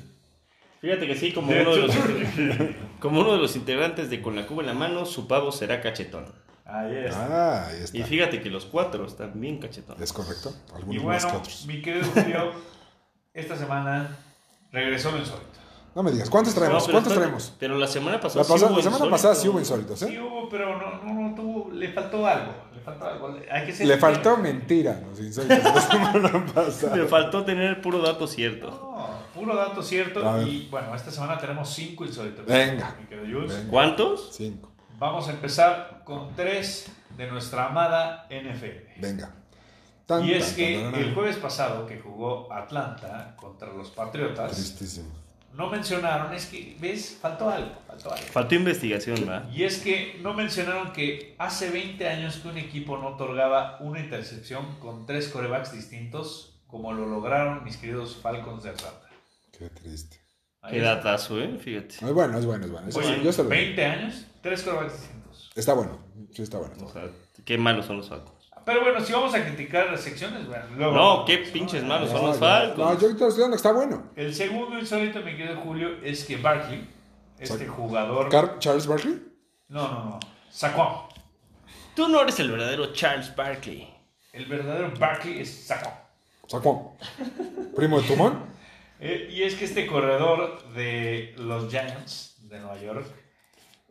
Fíjate que sí, como
De
uno de los,
hecho.
como uno de los integrantes de Con la Cuba en la mano, su pavo será cachetón.
Ahí está.
Ah, ahí
Este. Y
está.
fíjate que los cuatro están bien cachetones.
Es correcto. Algunos
Y
más que
bueno,
otros.
mi querido Julio, esta semana regresó lo insólito.
No me digas, ¿cuántos
No,
traemos?
pero
¿Cuántos
está-
traemos?
Pero la semana pasada.
La,
sí
pasa-
hubo
la semana
insólito.
pasada sí hubo insólitos, ¿eh?
Sí hubo, pero no, no, no tuvo, le faltó algo. Le faltó algo. Hay que ser
Le faltó mentira, los insólitos. la semana pasada.
Me faltó tener puro dato cierto.
No, puro dato cierto.
A ver.
Y bueno, esta semana tenemos cinco insólitos.
Venga.
Mi querido Jules.
Venga.
¿Cuántos?
Cinco.
Vamos a empezar con tres de nuestra amada NFL.
Venga. Tan,
y es
tan,
que
tan, tan,
el
tan.
jueves pasado que jugó Atlanta contra los Patriotas,
Tristísimo.
no mencionaron, es que, ¿ves? Faltó algo, faltó algo.
Faltó investigación, ¿verdad?
Y es que no mencionaron que hace 20 años que un equipo no otorgaba una intercepción con tres corebacks distintos, como lo lograron mis queridos Falcons de Atlanta.
Qué triste.
Ahí
Qué
está.
datazo, ¿eh? Fíjate.
Es bueno, es bueno, es bueno. Eso sí,
Oye,
yo se lo doy.
20 años, tres corebacks distintos.
Está bueno. Sí, está bueno.
O sea, qué malos son los Falcons.
Pero bueno, si vamos a criticar las secciones, bueno, luego-
No, qué pinches malos son los
yo, Ah, no,
Falcons.
yo estoy estudiando, está bueno.
El segundo insólito, mi querido Julio, es que Barkley, este jugador.
Car- Charles Barkley.
No, no, no. Sacó.
Tú no eres el verdadero Charles Barkley.
El verdadero Barkley es Sacó.
Sacó. Primo de Tumón.
Eh, y es que este corredor de los Giants de Nueva York,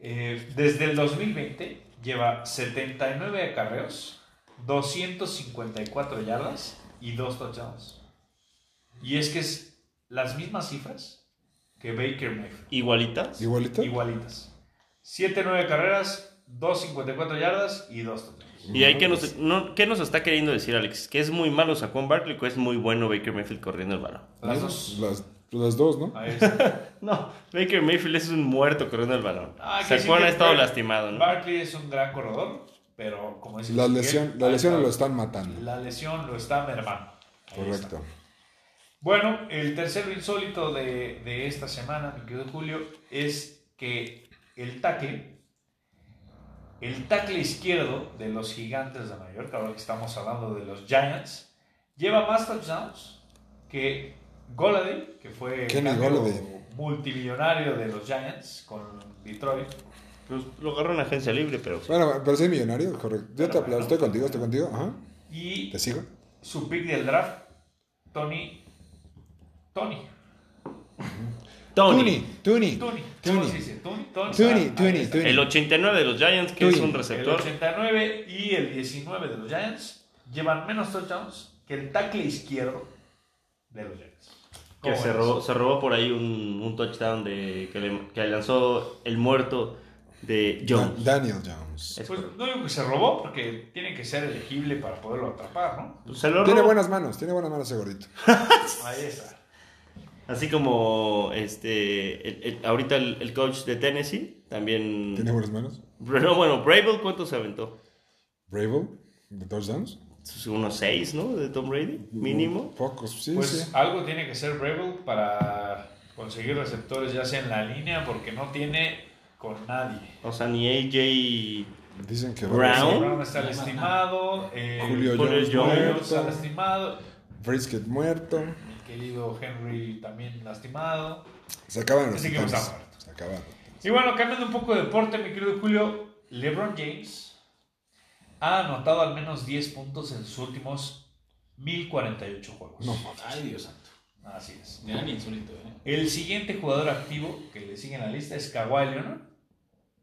eh, desde el 2020, lleva 79 acarreos, 254 yardas y 2 touchdowns. Y es que es las mismas cifras que Baker Mayfield.
¿Igualitas?
Igualito.
Igualitas. 7-9 carreras, 2.54 yardas y 2 touchdowns.
¿Y ahí qué nos, no, qué nos está queriendo decir, Alex? ¿Que es muy malo Saquon Barkley o es muy bueno Baker Mayfield corriendo el balón?
Las dos. Ah,
Las, las dos, ¿no?
Ahí está.
No, Baker Mayfield es un muerto corriendo el balón.
Ah, que sí
Saquon
que
ha estado
Bar-
lastimado, ¿no?
Barkley es un gran corredor, pero como dice
Las
Miguel,
lesión,
ahí
las lesiones
está.
lo están matando.
La lesión lo está mermando. Ahí está.
Correcto.
Bueno, el tercero insólito de, de esta semana, mi querido Julio, es que el tackle, el tackle izquierdo de los gigantes de Mallorca, ahora que estamos hablando de los Giants, lleva más touchdowns que Golladay, que fue
Kenny
tackle
Golladay.
multimillonario de los Giants con Detroit.
Pues lo agarró en agencia libre, pero.
Bueno, pero soy millonario, correcto. Yo te aplaudo, estoy contigo, estoy contigo. Ajá.
Y
¿Te sigo?
su pick del draft, Tony. Tony.
Tony.
Tuni.
Tony. ¿Cómo
Tony.
se dice? Tony. Tony.
Tuni,
Ah, ahí
Tuni,
está.
Tuni.
El 89 de los Giants, que
Tui.
es un
El
receptor.
89 y el 19 de los Giants llevan menos touchdowns que el tackle izquierdo de los Giants.
Que
¿Cómo
se
ves?
robó, se robó por ahí un, un touchdown de, que, le- que lanzó el muerto de Jones.
Daniel Jones.
Es
Pues
correcto.
no digo que se robó porque tiene que ser elegible para poderlo atrapar, ¿no?
Pues se lo
Tiene
robó.
buenas manos, tiene buenas manos ese gordito.
Ahí está.
Así como este el- el- ahorita el, el coach de Tennessee también.
¿Tiene buenas manos?
Pero bueno, Brable, ¿cuánto se aventó?
Bravo, de touchdowns.
Sus Unos 6, ¿no? De Tom Brady, mínimo.
Mm, Pocos, sí,
Pues
sí.
algo tiene que ser Rebel para conseguir receptores ya sea en la línea porque no tiene con nadie.
O sea, ni AJ.
Dicen que
Brown.
José Brown está lastimado, eh,
Julio
Julio
Jones,
Jones.
Julio está
muerto.
lastimado,
Brisket muerto.
mi querido Henry también lastimado.
Se acaban los
Así que está
titanes.
muerto.
Se acaban.
Y bueno, cambiando un poco de deporte, mi querido Julio, LeBron James ha anotado al menos 10 puntos en sus últimos 1048 juegos.
No.
Ay, Dios santo.
Así es.
Gran insólito, ¿eh?
El siguiente jugador activo que le sigue en la lista es Kawhi Leonard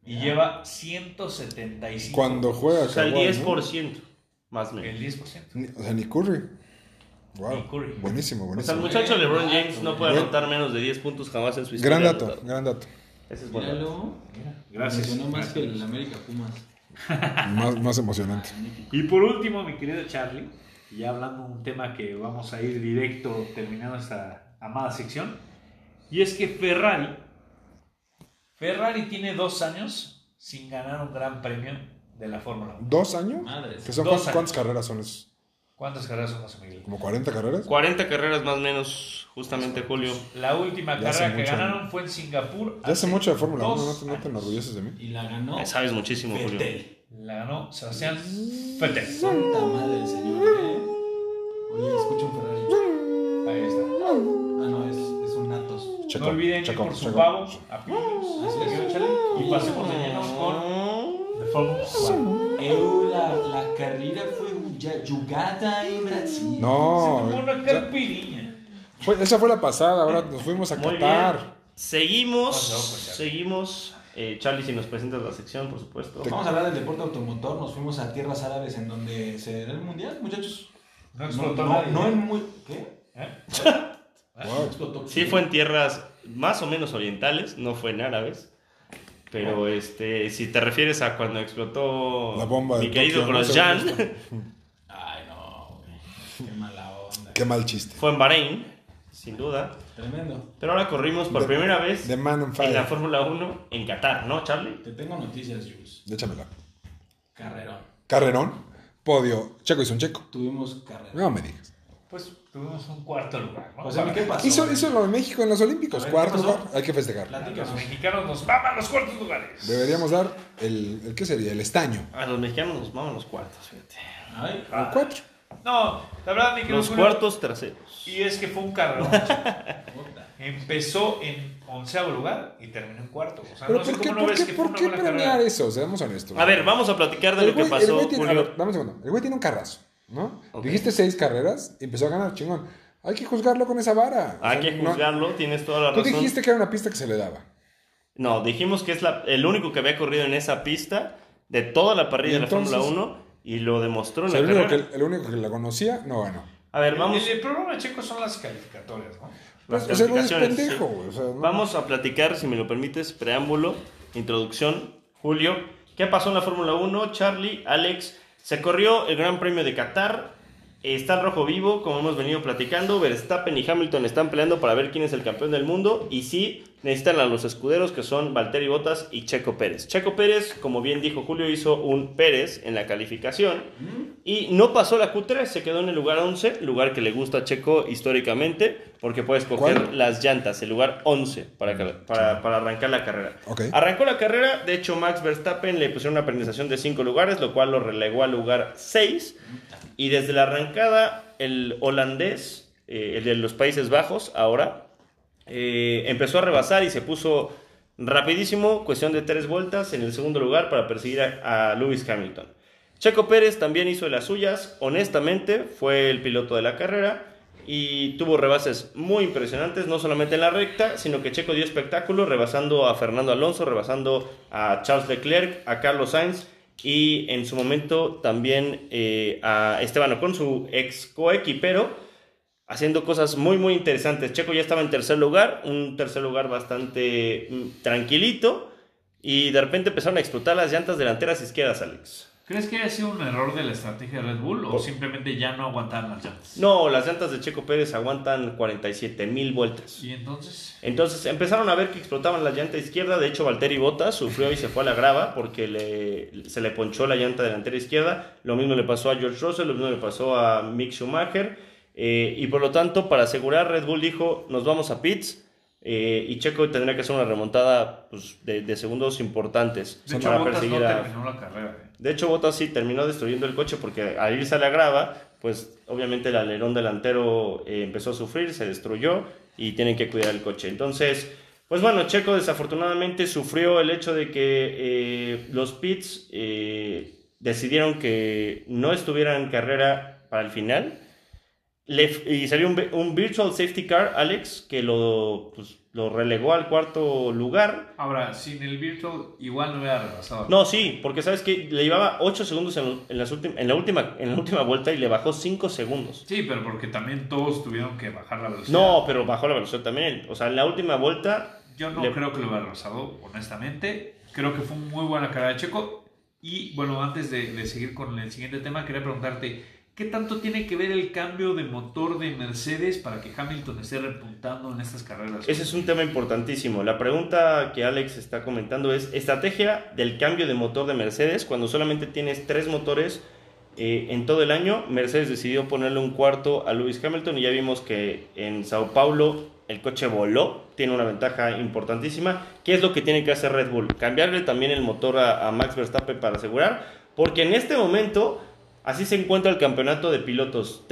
y lleva 175.
Cuando juega
O sea, el
Kawhi, ¿no?
10%, más o menos.
El 10%.
Ni- O sea, ni Curry. Wow.
Ni Curry.
Buenísimo,
O sea, el
buenísimo.
muchacho LeBron James no puede
Buen-
anotar menos de 10 puntos jamás en su historia.
Gran dato,
anotada.
gran dato.
Ese es bueno.
Míralo.
Gracias.
Mencionó más que
Gracias.
el América Pumas.
Más, más emocionante.
Y por último, mi querido Charlie, ya hablando de un tema que vamos a ir directo terminando esta amada sección, y es que Ferrari, Ferrari tiene dos años sin ganar un gran premio de la Fórmula 1.
¿Dos años?
Madre.
¿Que son
Dos
cuántas,
años.
cuántas carreras son esas?
¿Cuántas carreras son, José Miguel?
¿Como 40 carreras?
40 carreras más o menos, justamente, Julio.
La última
Ya hace
carrera que
mucho,
ganaron fue en Singapur.
Ya hace mucho de Fórmula 1, no,
dos
te- no te
años.
enorgulleces de mí.
Y la ganó.
Eh, Sabes muchísimo, Julio.
Vettel.
La ganó Sebastián Vettel.
Santa madre, señor. ¿eh? Oye, escucha un Ferrari.
Ahí está.
Ah, no, es, es un Atos.
Checo,
no olviden
Checo,
que por su
Checo.
pavo a Pilius,
Así es.
querido Charlie, y pasó por de lleno con The Fórmula 1.
Eu, la, la carrera fue ya jugada en Brasil.
Como
No,
una carpiriña.
fue- esa fue la pasada, ahora nos fuimos a
Muy bien.
Qatar.
Seguimos,
No, no, pues, ya.
seguimos. Eh, Charlie, si nos presentas la sección, por supuesto.
Vamos a hablar del deporte automotor. Nos fuimos a tierras árabes en donde se da el mundial, muchachos.
No
No,
explotó
no,
nadie.
no en muy. ¿Qué?
¿Eh?
No explotó.
Sí fue en tierras más o menos orientales, no fue en árabes. Pero este, si te refieres a cuando explotó
Ah. La bomba de
mi querido
Tokio, ¿no?
Grosjean,
Ay, no, güey. Qué mala onda.
Qué mal chiste.
fue en Bahrein, sin duda.
Tremendo.
Pero ahora corrimos por
The-
primera vez
The Man on
en
Fire.
la Fórmula 1 en Qatar, ¿no, Charlie?
Te tengo noticias, Jules.
Échamela.
Carrerón.
Carrerón, podio. Checo hizo un checo.
Tuvimos carrerón.
No me digas.
Pues tuvimos un cuarto lugar, ¿no?
O sea, ¿qué
Para-
pasó?
Hizo, hizo lo de México en los Olímpicos.
A ver,
Cuarto
¿qué pasó?
lugar. Hay que festejar.
Los
Platícanos.
mexicanos nos maman los cuartos lugares.
Deberíamos dar el, el- ¿Qué sería? El estaño.
A los mexicanos nos maman los cuartos, fíjate.
Ay,
Ah.
El cuatro.
No, la verdad, mi querido
Los
Julio,
cuartos traseros.
Y es que fue un carrerón.
puta.
Empezó en onceavo lugar y terminó en cuarto. O sea,
Pero
Ah, no sé
¿por qué,
cómo no
por
ves
qué,
que fue
por
una
qué
buena
premiar
carrera.
eso? Seamos honestos.
A ver, vamos a platicar de
El
lo que
güey- el
pasó,
güey tiene- a
Julio.
ver, dame un segundo. El güey tiene un carrazo, ¿no?
Ok.
Dijiste seis carreras y empezó a ganar, chingón. Hay que juzgarlo con esa vara. O
Hay
sea,
que
no-
juzgarlo, tienes toda la
Tú
razón.
dijiste que era una pista que se le daba.
No, dijimos que es la- el único que había corrido en esa pista de toda la parrilla
¿Y
de la Fórmula
entonces?
1 y lo demostró
O
en
sea,
la
el, único
carrera.
que, el único que la conocía no ganó.
A ver, vamos,
El, el problema de Checo son las calificatorias, ¿no?
las
Pues, o sea, el güey es
calificaciones,
pendejo,
sí.
güey, o sea, no-
vamos a platicar, si me lo permites, preámbulo, introducción, Julio. ¿Qué pasó en la Fórmula 1? Charlie, Alex, se corrió el Gran Premio de Qatar. eh, Está el rojo vivo, como hemos venido platicando. Verstappen y Hamilton están peleando para ver quién es el campeón del mundo. Y sí, necesitan a los escuderos que son Valtteri Bottas y Checo Pérez. Checo Pérez, como bien dijo Julio, hizo un Pérez en la calificación. Y no pasó la Q3, se quedó en el lugar 11, lugar que le gusta a Checo históricamente, porque puede escoger
¿Cuál?
las llantas, el lugar 11 para, car- para, para arrancar la carrera.
Ok.
Arrancó la carrera, de hecho Max Verstappen le pusieron una penalización de 5 lugares, lo cual lo relegó al lugar 6. Y desde la arrancada, el holandés, eh, el de los Países Bajos, ahora, eh, empezó a rebasar y se puso rapidísimo, cuestión de tres vueltas, en el segundo lugar para perseguir a, a Lewis Hamilton. Checo Pérez también hizo de las suyas, honestamente, fue el piloto de la carrera y tuvo rebases muy impresionantes, no solamente en la recta, sino que Checo dio espectáculo, rebasando a Fernando Alonso, rebasando a Charles Leclerc, a Carlos Sainz y en su momento también eh, a Esteban Ocon, su ex coequipero haciendo cosas muy, muy interesantes. Checo ya estaba en tercer lugar, un tercer lugar bastante mm, tranquilito, y de repente empezaron a explotar las llantas delanteras izquierdas, Alex.
¿Crees que haya sido un error de la estrategia de Red Bull o
Por-
simplemente ya no aguantaron las llantas?
No, las llantas de Checo Pérez aguantan 47 mil vueltas.
Y entonces,
Entonces empezaron a ver que explotaban la llanta izquierda. De hecho, Valtteri Bottas sufrió y se fue a la grava porque le- se le ponchó la llanta delantera izquierda. Lo mismo le pasó a George Russell, lo mismo le pasó a Mick Schumacher. Eh, y por lo tanto, para asegurar, Red Bull dijo: Nos vamos a pits. eh, y Checo tendría que hacer una remontada pues, de, de segundos importantes
de hecho,
para
Bottas no
perseguir a.
terminó la carrera. eh.
De hecho, Bottas sí terminó destruyendo el coche porque al irse a la grava, pues obviamente el alerón delantero eh, empezó a sufrir, se destruyó y tienen que cuidar el coche. Entonces, pues bueno, Checo desafortunadamente sufrió el hecho de que eh, los pits eh, decidieron que no estuviera en carrera para el final. Le- y salió un, vi- un virtual safety car, Alex, que lo, pues, lo relegó al cuarto lugar.
Ahora, sin el Virtual, igual no hubiera rebasado.
No, sí, porque sabes que le llevaba 8 segundos en, en las ultim- en la última, en la última vuelta y le bajó 5 segundos.
Sí, pero porque también todos tuvieron que bajar la velocidad.
No, pero bajó la velocidad también. él. O sea, en la última vuelta.
Yo no
Le-
creo que lo hubiera arrasado, honestamente. Creo que fue muy buena carrera de Checo. Y bueno, antes de, de seguir con el siguiente tema, quería preguntarte, ¿qué tanto tiene que ver el cambio de motor de Mercedes para que Hamilton esté repuntando en estas carreras?
Ese es un tema importantísimo. La pregunta que Alex está comentando es: estrategia del cambio de motor de Mercedes cuando solamente tienes 3 motores eh, en todo el año. Mercedes decidió ponerle un cuarto a Lewis Hamilton y ya vimos que en Sao Paulo el coche voló, tiene una ventaja importantísima. ¿Qué es lo que tiene que hacer Red Bull? Cambiarle también el motor a, a Max Verstappen para asegurar, porque en este momento así se encuentra el campeonato de pilotos.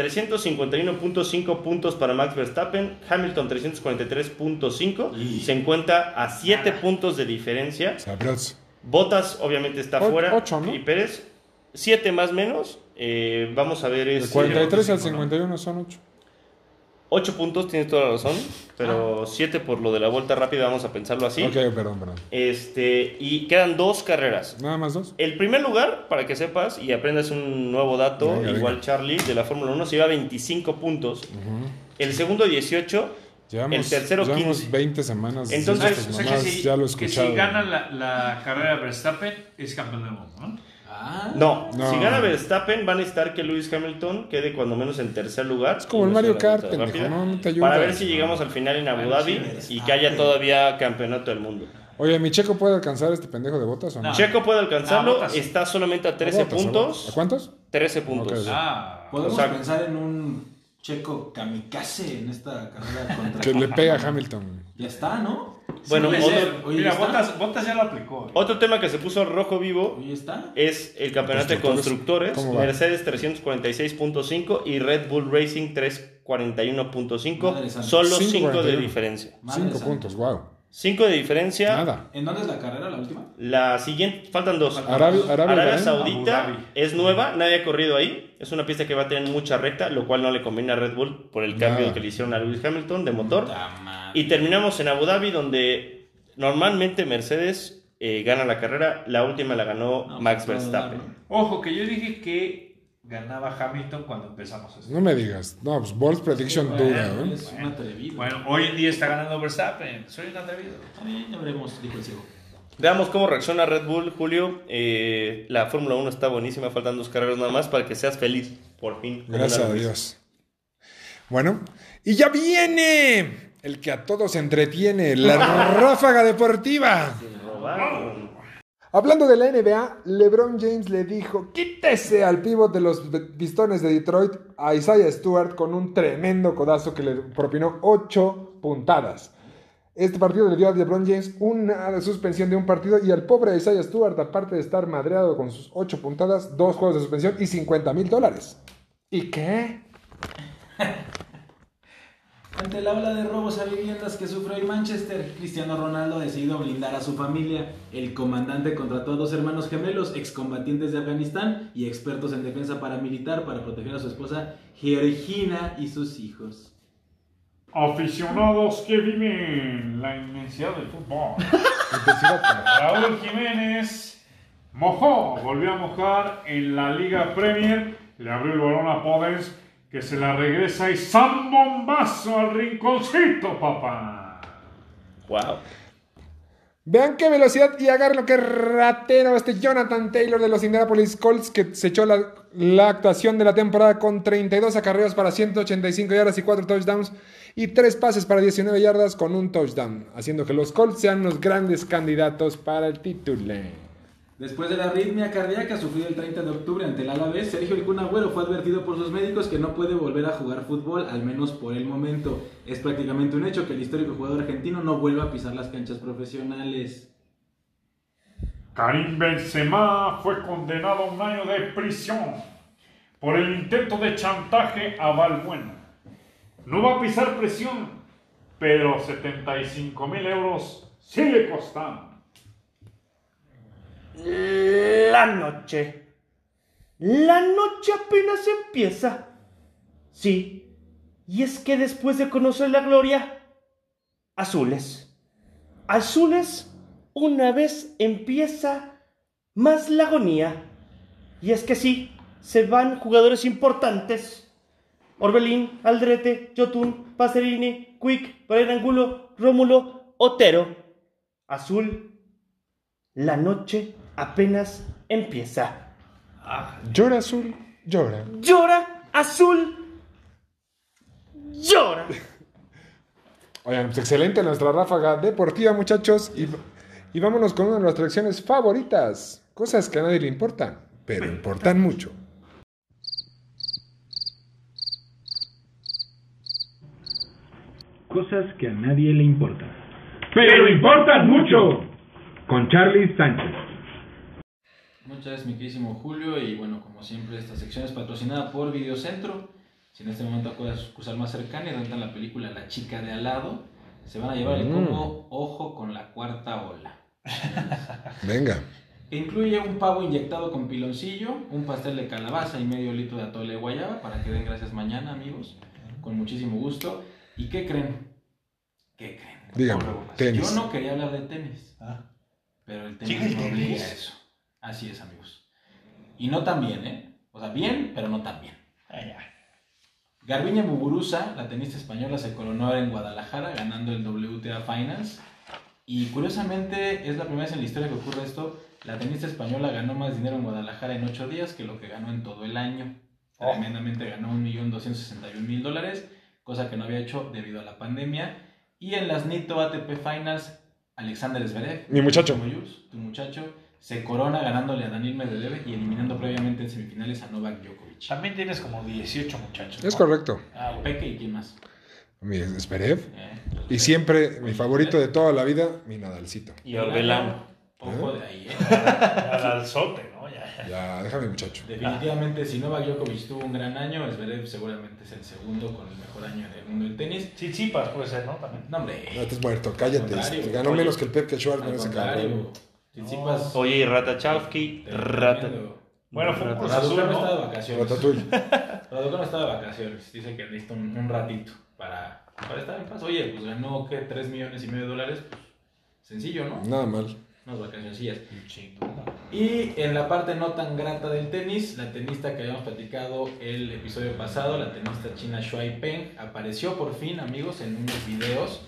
351.5 puntos para Max Verstappen, Hamilton 343.5,
Y-
se encuentra a 7 puntos de diferencia.
Sabroso.
Botas obviamente está
O-
fuera
ocho, ¿no?
y Pérez 7 más menos. eh, vamos a ver
Del
es
43 al
sí, bueno.
51 son 8.
8 puntos, tienes toda la razón, pero
Ah.
7 por lo de la vuelta rápida, vamos a pensarlo así.
Ok, perdón, perdón.
Este, y quedan dos carreras.
Nada más dos.
El primer lugar, para que sepas y aprendas un nuevo dato,
Venga,
igual
venga.
Charlie de la Fórmula 1 se lleva 25 puntos. El segundo 18.
Llevamos,
el tercero
llevamos
15.
20 semanas.
Entonces,
de estas
o sea, que
mamadas,
si,
Este, ya lo he
que si
escuchado.
gana la, la carrera de Verstappen, es campeón del mundo, ¿no?
Ah,
No,
No.
si gana Verstappen, van a necesitar que Lewis Hamilton quede cuando menos en tercer lugar.
Es como el
No sé,
Mario
la
Kart,
vuelta
pendejo,
rápida,
no, no te
Para
ayudas.
ver si llegamos al final en Abu
Ay,
Dhabi
sí,
y que haya todavía campeonato del mundo.
Oye, ¿mi checo puede alcanzar este pendejo de botas o no?
No.
Checo puede
Ah,
alcanzarlo,
Bottas.
está solamente a 13
¿A botas, a botas? ¿A
puntos.
cuántos?
13 puntos.
Ok.
Ah,
podemos
o sea-
pensar en un checo kamikaze en esta carrera contra.
Que le pega a Hamilton.
Ya está, ¿no?
Bueno,
Sí,
Puede
otro-
ser.
oye,
mira,
¿está?
Bottas, Bottas ya lo aplicó. ¿eh?
Otro tema que se puso rojo vivo
Hoy está.
es el campeonato de
Constructores,
constructores,
¿cómo va?
Mercedes 346.5 y Red Bull Racing 341.5,
Madre santa.
solo
5
5 de
41.
diferencia.
Madre
Cinco
santa.
puntos, wow.
5 de diferencia.
Nada.
¿En dónde es la carrera, la última?
La siguiente, faltan dos.
Faltan
Arabia, Arabia,
Arabia,
Bahrein.
Saudita
Abu Dhabi.
es nueva, nadie ha corrido ahí. Es una pista que va a tener mucha recta, lo cual no le conviene a Red Bull por el cambio
Nada.
que le hicieron a Lewis Hamilton de motor.
Puta madre.
Y terminamos en Abu Dhabi, donde normalmente Mercedes eh, gana la carrera. La última la ganó
No,
Max
no, no,
Verstappen.
no.
Ojo, que yo dije que ganaba Hamilton cuando empezamos este esto.
No me digas. No, pues Bold Prediction
Bueno,
dura, ¿eh?
Es un atrevido.
Bueno, hoy en día está ganando Verstappen. Soy un atrevido.
Está bien, ya veremos, dijo el ciego.
Veamos cómo reacciona Red Bull, Julio. Eh, la Fórmula 1 está buenísima, faltan dos carreras nada más para que seas feliz, por fin. como
Gracias
una
a
vez.
Dios. Bueno, y ya viene el que a todos entretiene, la ráfaga deportiva.
Robaron.
Hablando de la NBA, LeBron James le dijo, quítese al pívot de los b- pistones de Detroit a Isaiah Stewart con un tremendo codazo que le propinó 8 puntadas. Este partido le dio a LeBron James una suspensión de un partido y al pobre Isaiah Stewart, aparte de estar madreado con sus 8 puntadas, dos juegos de suspensión y 50 mil dólares. ¿Y qué?
Ante la ola de robos a viviendas que sufre hoy Manchester, Cristiano Ronaldo ha decidido blindar a su familia. El comandante contrató a dos hermanos gemelos, excombatientes de Afganistán y expertos en defensa paramilitar para proteger a su esposa Georgina y sus hijos.
Aficionados que viven la inmensidad del fútbol.
Intensidad, cara.
Raúl Jiménez mojó, volvió a mojar en la Liga Premier. Le abrió el balón a Podens, que se la regresa y zambombazo al rinconcito, papá.
Wow.
Vean qué velocidad y agarren lo que ratero este Jonathan Taylor de los Indianapolis Colts que se echó la, la actuación de la temporada con 32 acarreos para 185 yardas y 4 touchdowns y 3 pases para 19 yardas con un touchdown, haciendo que los Colts sean los grandes candidatos para el título.
Después de la arritmia cardíaca sufrida el 30 de octubre ante el Alavés, Sergio El Kun Agüero fue advertido por sus médicos que no puede volver a jugar fútbol, al menos por el momento. Es prácticamente un hecho que el histórico jugador argentino no vuelva a pisar las canchas profesionales.
Karim Benzema fue condenado a un año de prisión por el intento de chantaje a Valbuena. No va a pisar prisión, pero 75 mil euros sí le costaron.
La noche. La noche apenas empieza. Sí. Y es que después de conocer la gloria, azules. Azules, una vez empieza más la agonía. Y es que sí, se van jugadores importantes. Orbelín, Aldrete, Jotun, Pacerini, Quick, Brian Angulo, Rómulo, Otero. Azul, la noche apenas empieza.
Llora azul, llora.
Llora, azul. Llora.
Oigan, pues excelente nuestra ráfaga deportiva, muchachos. Y, y vámonos con una de nuestras secciones favoritas. Cosas que a nadie le importan, pero importan mucho.
Cosas que a nadie le importan. ¡Pero importan mucho! Con Charlie Sánchez.
Muchas gracias, mi queridísimo Julio. Y bueno, como siempre, esta sección es patrocinada por Videocentro. Si en este momento acuerdas a su sucursal más cercana y rentan la película La chica de al lado, se van a llevar el combo Ojo con la cuarta ola.
Venga.
Incluye un pavo inyectado con piloncillo, un pastel de calabaza y medio litro de atole de guayaba para que den gracias mañana, amigos. Con muchísimo gusto. ¿Y qué creen? ¿Qué creen?
Dígame, tenis.
Yo no quería hablar de tenis. Pero el tenis
¿Sigue Ah. el
me obliga a
tenis?
eso. Así es, amigos. Y no tan bien, ¿eh? O sea, bien, pero no tan bien. Garbiñe Muguruza, la tenista española, se coronó en Guadalajara ganando el WTA Finals. Y curiosamente, es la primera vez en la historia que ocurre esto. La tenista española ganó más dinero en Guadalajara en 8 días que lo que ganó en todo el año.
Oh.
Tremendamente ganó 1.261.000 dólares, cosa que no había hecho debido a la pandemia. Y en las NITO ATP Finals, Alexander Zverev,
Mi muchacho.
como Jules, tu muchacho, se corona ganándole a Daniel Medvedev y eliminando previamente en semifinales a Novak Djokovic.
También tienes como 18 muchachos.
Es
¿no?
correcto.
Ah, Peque y quién más.
Mi Zverev.
Eh,
Y siempre, mi favorito de toda la vida, mi Nadalcito.
Y Orbelán.
Ojo de ahí, eh.
Al alzote, ¿no? Ya, ya.
Ya, déjame, muchacho.
Definitivamente, si Novak Djokovic tuvo un gran año, Zverev seguramente es el segundo con el mejor año del mundo del tenis.
Chichipas puede ser, ¿no? También.
No, hombre,
No estás muerto, cállate.
Contrario.
Este, Ganó
Oye,
menos que el Pep Quechua
al
con ese
contrario.
cabrón.
Tsitsipas,
Oye, y Ratachowski,
te
Rata.
recomiendo.
Bueno, fue un Cruz Azul,
Raducanu está
¿no?
de vacaciones.
Ratatouille.
Raducanu está de vacaciones. Dice que necesita un, un ratito para, para estar en paz. Oye, pues ganó, ¿qué? 3 millones y medio de dólares. Pues, sencillo, ¿no?
Nada mal.
Unas vacacioncillas. Y en la parte no tan grata del tenis, la tenista que habíamos platicado el episodio pasado, la tenista china Shuai Peng, apareció por fin, amigos, en unos videos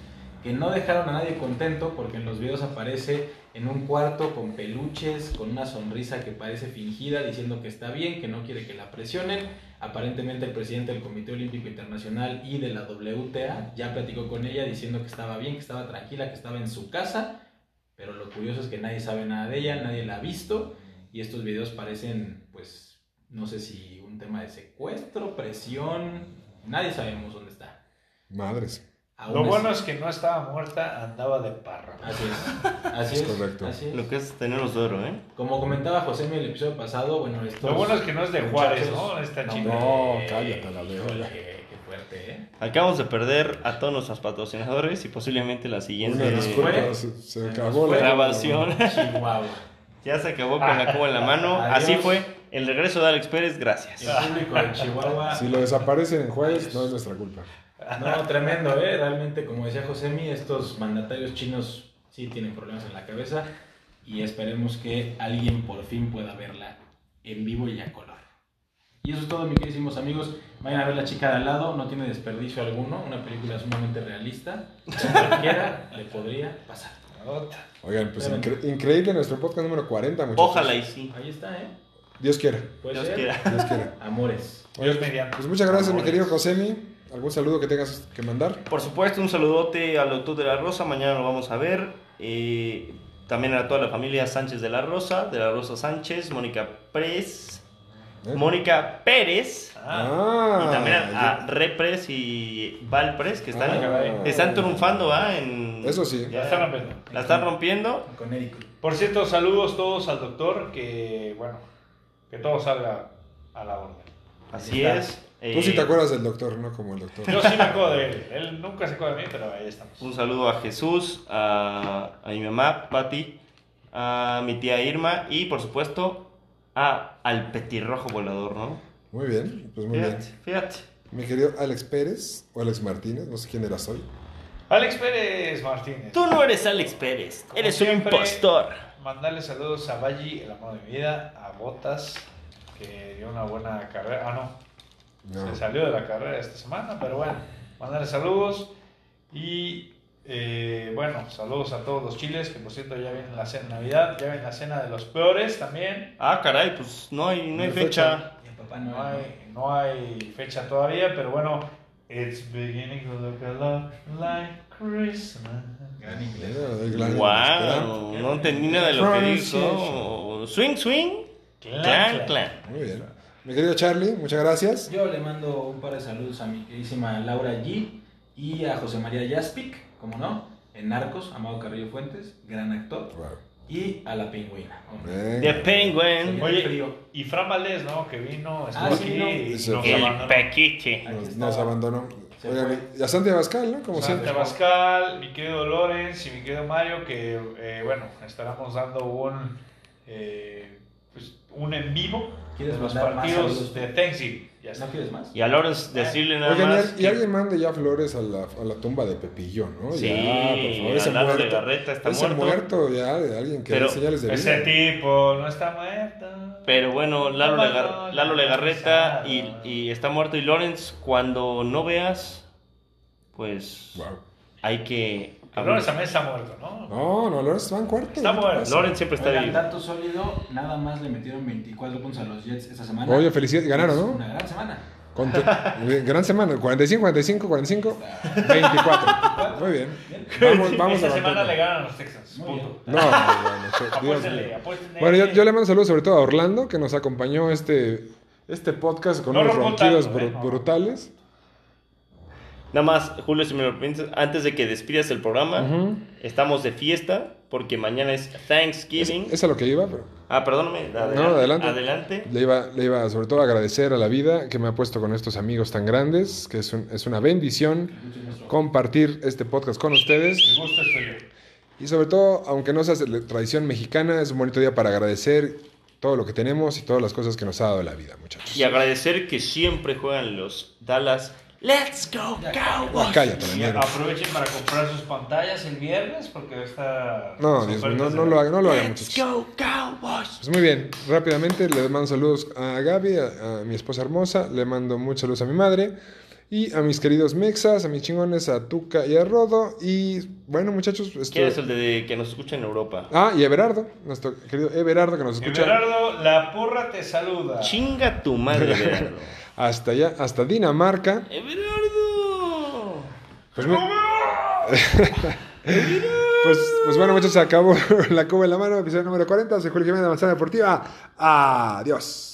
que no dejaron a nadie contento porque en los videos aparece en un cuarto con peluches, con una sonrisa que parece fingida, diciendo que está bien, que no quiere que la presionen. Aparentemente el presidente del Comité Olímpico Internacional y de la WTA ya platicó con ella diciendo que estaba bien, que estaba tranquila, que estaba en su casa Pero lo curioso es que nadie sabe nada de ella, nadie la ha visto y estos videos parecen, pues, no sé si un tema de secuestro, presión, nadie sabemos dónde está.
Madres.
Aún
Lo
así-
bueno es que no estaba muerta, andaba de parra.
Así es, así
Es
es.
correcto.
así es.
Lo que es tenerlos duro, ¿eh?
Como comentaba José en el episodio pasado, bueno, esto.
Lo bueno es que no es de Juárez, ¿no? Esta chica.
No, cállate la verga.
Qué, qué fuerte, ¿eh?
Acabamos de perder a todos nuestros patrocinadores y posiblemente la
Una
siguiente
disculpa, se, se
nos
acabó
fue.
la
grabación.
Chihuahua.
ya se acabó con la cuba en la mano.
Adiós.
Así fue el regreso de Alex Pérez, gracias.
El público de Chihuahua.
Si lo desaparecen en Juárez, no es nuestra culpa.
No, tremendo, ¿eh? Realmente, como decía Josemi, estos mandatarios chinos sí tienen problemas en la cabeza y esperemos que alguien por fin pueda verla en vivo y a color. Y eso es todo, mi queridísimos amigos. Vayan a ver La Chica de al lado, no tiene desperdicio alguno, una película sumamente realista. A cualquiera le podría pasar.
Oigan, pues incre- increíble nuestro podcast número 40, muchachos.
Ojalá y sí.
Ahí está, ¿eh?
Dios quiera.
Puede
Dios
ser.
quiera.
Dios quiera.
Amores.
Dios
Oye,
mediante.
Pues muchas gracias, mi
Amores.
querido Josemi. ¿Algún saludo que tengas que mandar?
Por supuesto, un saludote al doctor de la Rosa, mañana lo vamos a ver. Eh, también a toda la familia Sánchez de la Rosa, de la Rosa Sánchez, Mónica Pérez,
¿Eh?
Mónica Pérez,
Ah,
Ah,
y también a,
ya.
a Repres y Valpres, que
Ah,
están,
caray.
están triunfando, ¿va? En,
Eso sí.
ya está rompiendo.
La están rompiendo.
Con Eric.
Por cierto, saludos todos al doctor, que bueno, que todo salga a la orden.
Así
Ahí
es.
está.
Tú
Eh,
sí te acuerdas del doctor, no como el doctor.
Yo sí me acuerdo de él, él nunca se acuerda de mí, pero ahí estamos.
Un saludo a Jesús, a, a mi mamá, Patti, a mi tía Irma y por supuesto a, al petirrojo volador, ¿no?
Muy bien, pues muy bien.
Fíjate, fíjate.
Mi querido Alex Pérez o Alex Martínez, no sé quién era hoy.
Alex Pérez Martínez.
Tú no eres Alex Pérez,
Como
eres un
siempre,
impostor.
Mandarle saludos a Valle, el amor de mi vida, a Botas, que dio una buena carrera. Ah, no,
No.
Se salió de la carrera esta semana, pero bueno, mandarle saludos. Y eh, bueno, saludos a todos los chiles, que por cierto ya viene la cena de Navidad, ya viene la cena de los peores también.
Ah, caray, pues no hay, no hay
No hay
fecha.
Y a papá
No
Noel.
hay, no hay fecha todavía, pero bueno, it's beginning to look a lot like Christmas.
Gran inglés.
Mira, el gran Alex
Wow, no entendí nada de lo que dijo. Swing, swing, clan, clan.
Pérez. Muy bien. Mi querido Charlie, muchas gracias.
Yo le mando un par de saludos a mi queridísima Laura G y a José María Jaspic, como no, en Narcos, Amado Carrillo Fuentes, gran actor,
Wow.
y a la pingüina. hombre.
The
Venga.
Penguin,
Oye, y Fran Valdés, ¿no? Que vino, estuvo
Ah, sí,
aquí
¿no?
y nos
Sí.
abandonó.
el pequiche.
Aquí
Nos,
estaba.
nos abandonó.
Se
Oigan, y a Santi Abascal, ¿no? Como
Santa
siempre.
Pascal, mi querido Lorenz y mi querido Mario, que eh, bueno, estaremos dando un, eh, pues, un en vivo
¿Quieres
de los
mandar más
partidos
saludos?
de Thanksgiving. Ya
¿No
está.
quieres más?
Y a Lawrence decirle nada
Eh, Oigan, y
más.
al- y,
que-
alguien mande ya flores a la, a la tumba de Pepillo, ¿no?
Sí,
Oh, ya, por favor, ese
al lado de
muerto.
Garreta está
ese
muerto.
ya, de alguien que
Pero
dé señales de vida.
Ese tipo no está muerto.
Pero bueno, Lalo,
No,
Legar-
no, no,
Lalo
no,
Legarreta
no,
y,
no.
y está muerto. Y Lawrence, cuando no veas, pues
Wow.
hay que
Pero
hablar.
Lorenz también está muerto, ¿no?
No, no, Lawrence van cuarto.
Está
¿qué
muerto,
pasa?
Lawrence siempre está
Oigan,
vivo.
dato sólido, nada más le metieron 24 puntos a los Jets esta semana.
Oye, felicidades, ganaron,
Es
¿no?
Una gran semana.
Con tu- gran semana, 45, 45, 45, 24. Muy bien. Vamos, vamos
Esta
a
semana le ganan a los Texans.
Muy
Punto.
No, no, no, no, che, Dios
Apuéstenle,
mío.
apuéstenle.
Bueno, yo, yo le mando saludos sobre todo a Orlando, que nos acompañó este, este podcast con
No
unos
roncó
ronquidos
tanto,
bru-
¿eh? No.
brutales.
Nada más, Julio, si me lo permites, antes de que despidas el
¿Ah?
programa,
Ujú.
estamos de fiesta porque mañana es
Es,
Thanksgiving.
es a lo que iba, pero
Ah, perdóname. Adelante.
No, adelante.
adelante.
le iba, le iba sobre todo a agradecer a la vida que me ha puesto con estos amigos tan grandes, que es, un- es una bendición compartir este podcast con ustedes.
Mi gusto es suyo.
Y sobre todo, aunque no sea de tradición mexicana, es un bonito día para agradecer todo lo que tenemos y todas las cosas que nos ha dado la vida, muchachos.
Y agradecer que siempre juegan los Dallas. Let's go, Cowboys.
Cállate, la
Y
mierda.
aprovechen para comprar sus pantallas el viernes porque está.
No, Dios
las
mío,
ofertas
no,
de-
no lo hagan, no lo hagan,
Let's
muchachos.
go, Cowboys.
Pues muy bien, rápidamente le mando saludos a Gaby, a, a mi esposa hermosa, le mando muchos saludos a mi madre y a mis queridos mexas, a mis chingones, a Tuca y a Rodo. Y bueno, muchachos, esto...
¿Quién es el de que nos escucha en Europa?
Ah, y Everardo, nuestro querido Everardo que nos escucha
Everardo, la porra te saluda.
Chinga tu madre, Everardo.
hasta allá, hasta Dinamarca.
Everardo.
Pues muy- Pues, pues bueno, muchachos, se acabó la Cuba en la mano, episodio número 40. Soy Julio Jiménez de Manzana Deportiva. Adiós.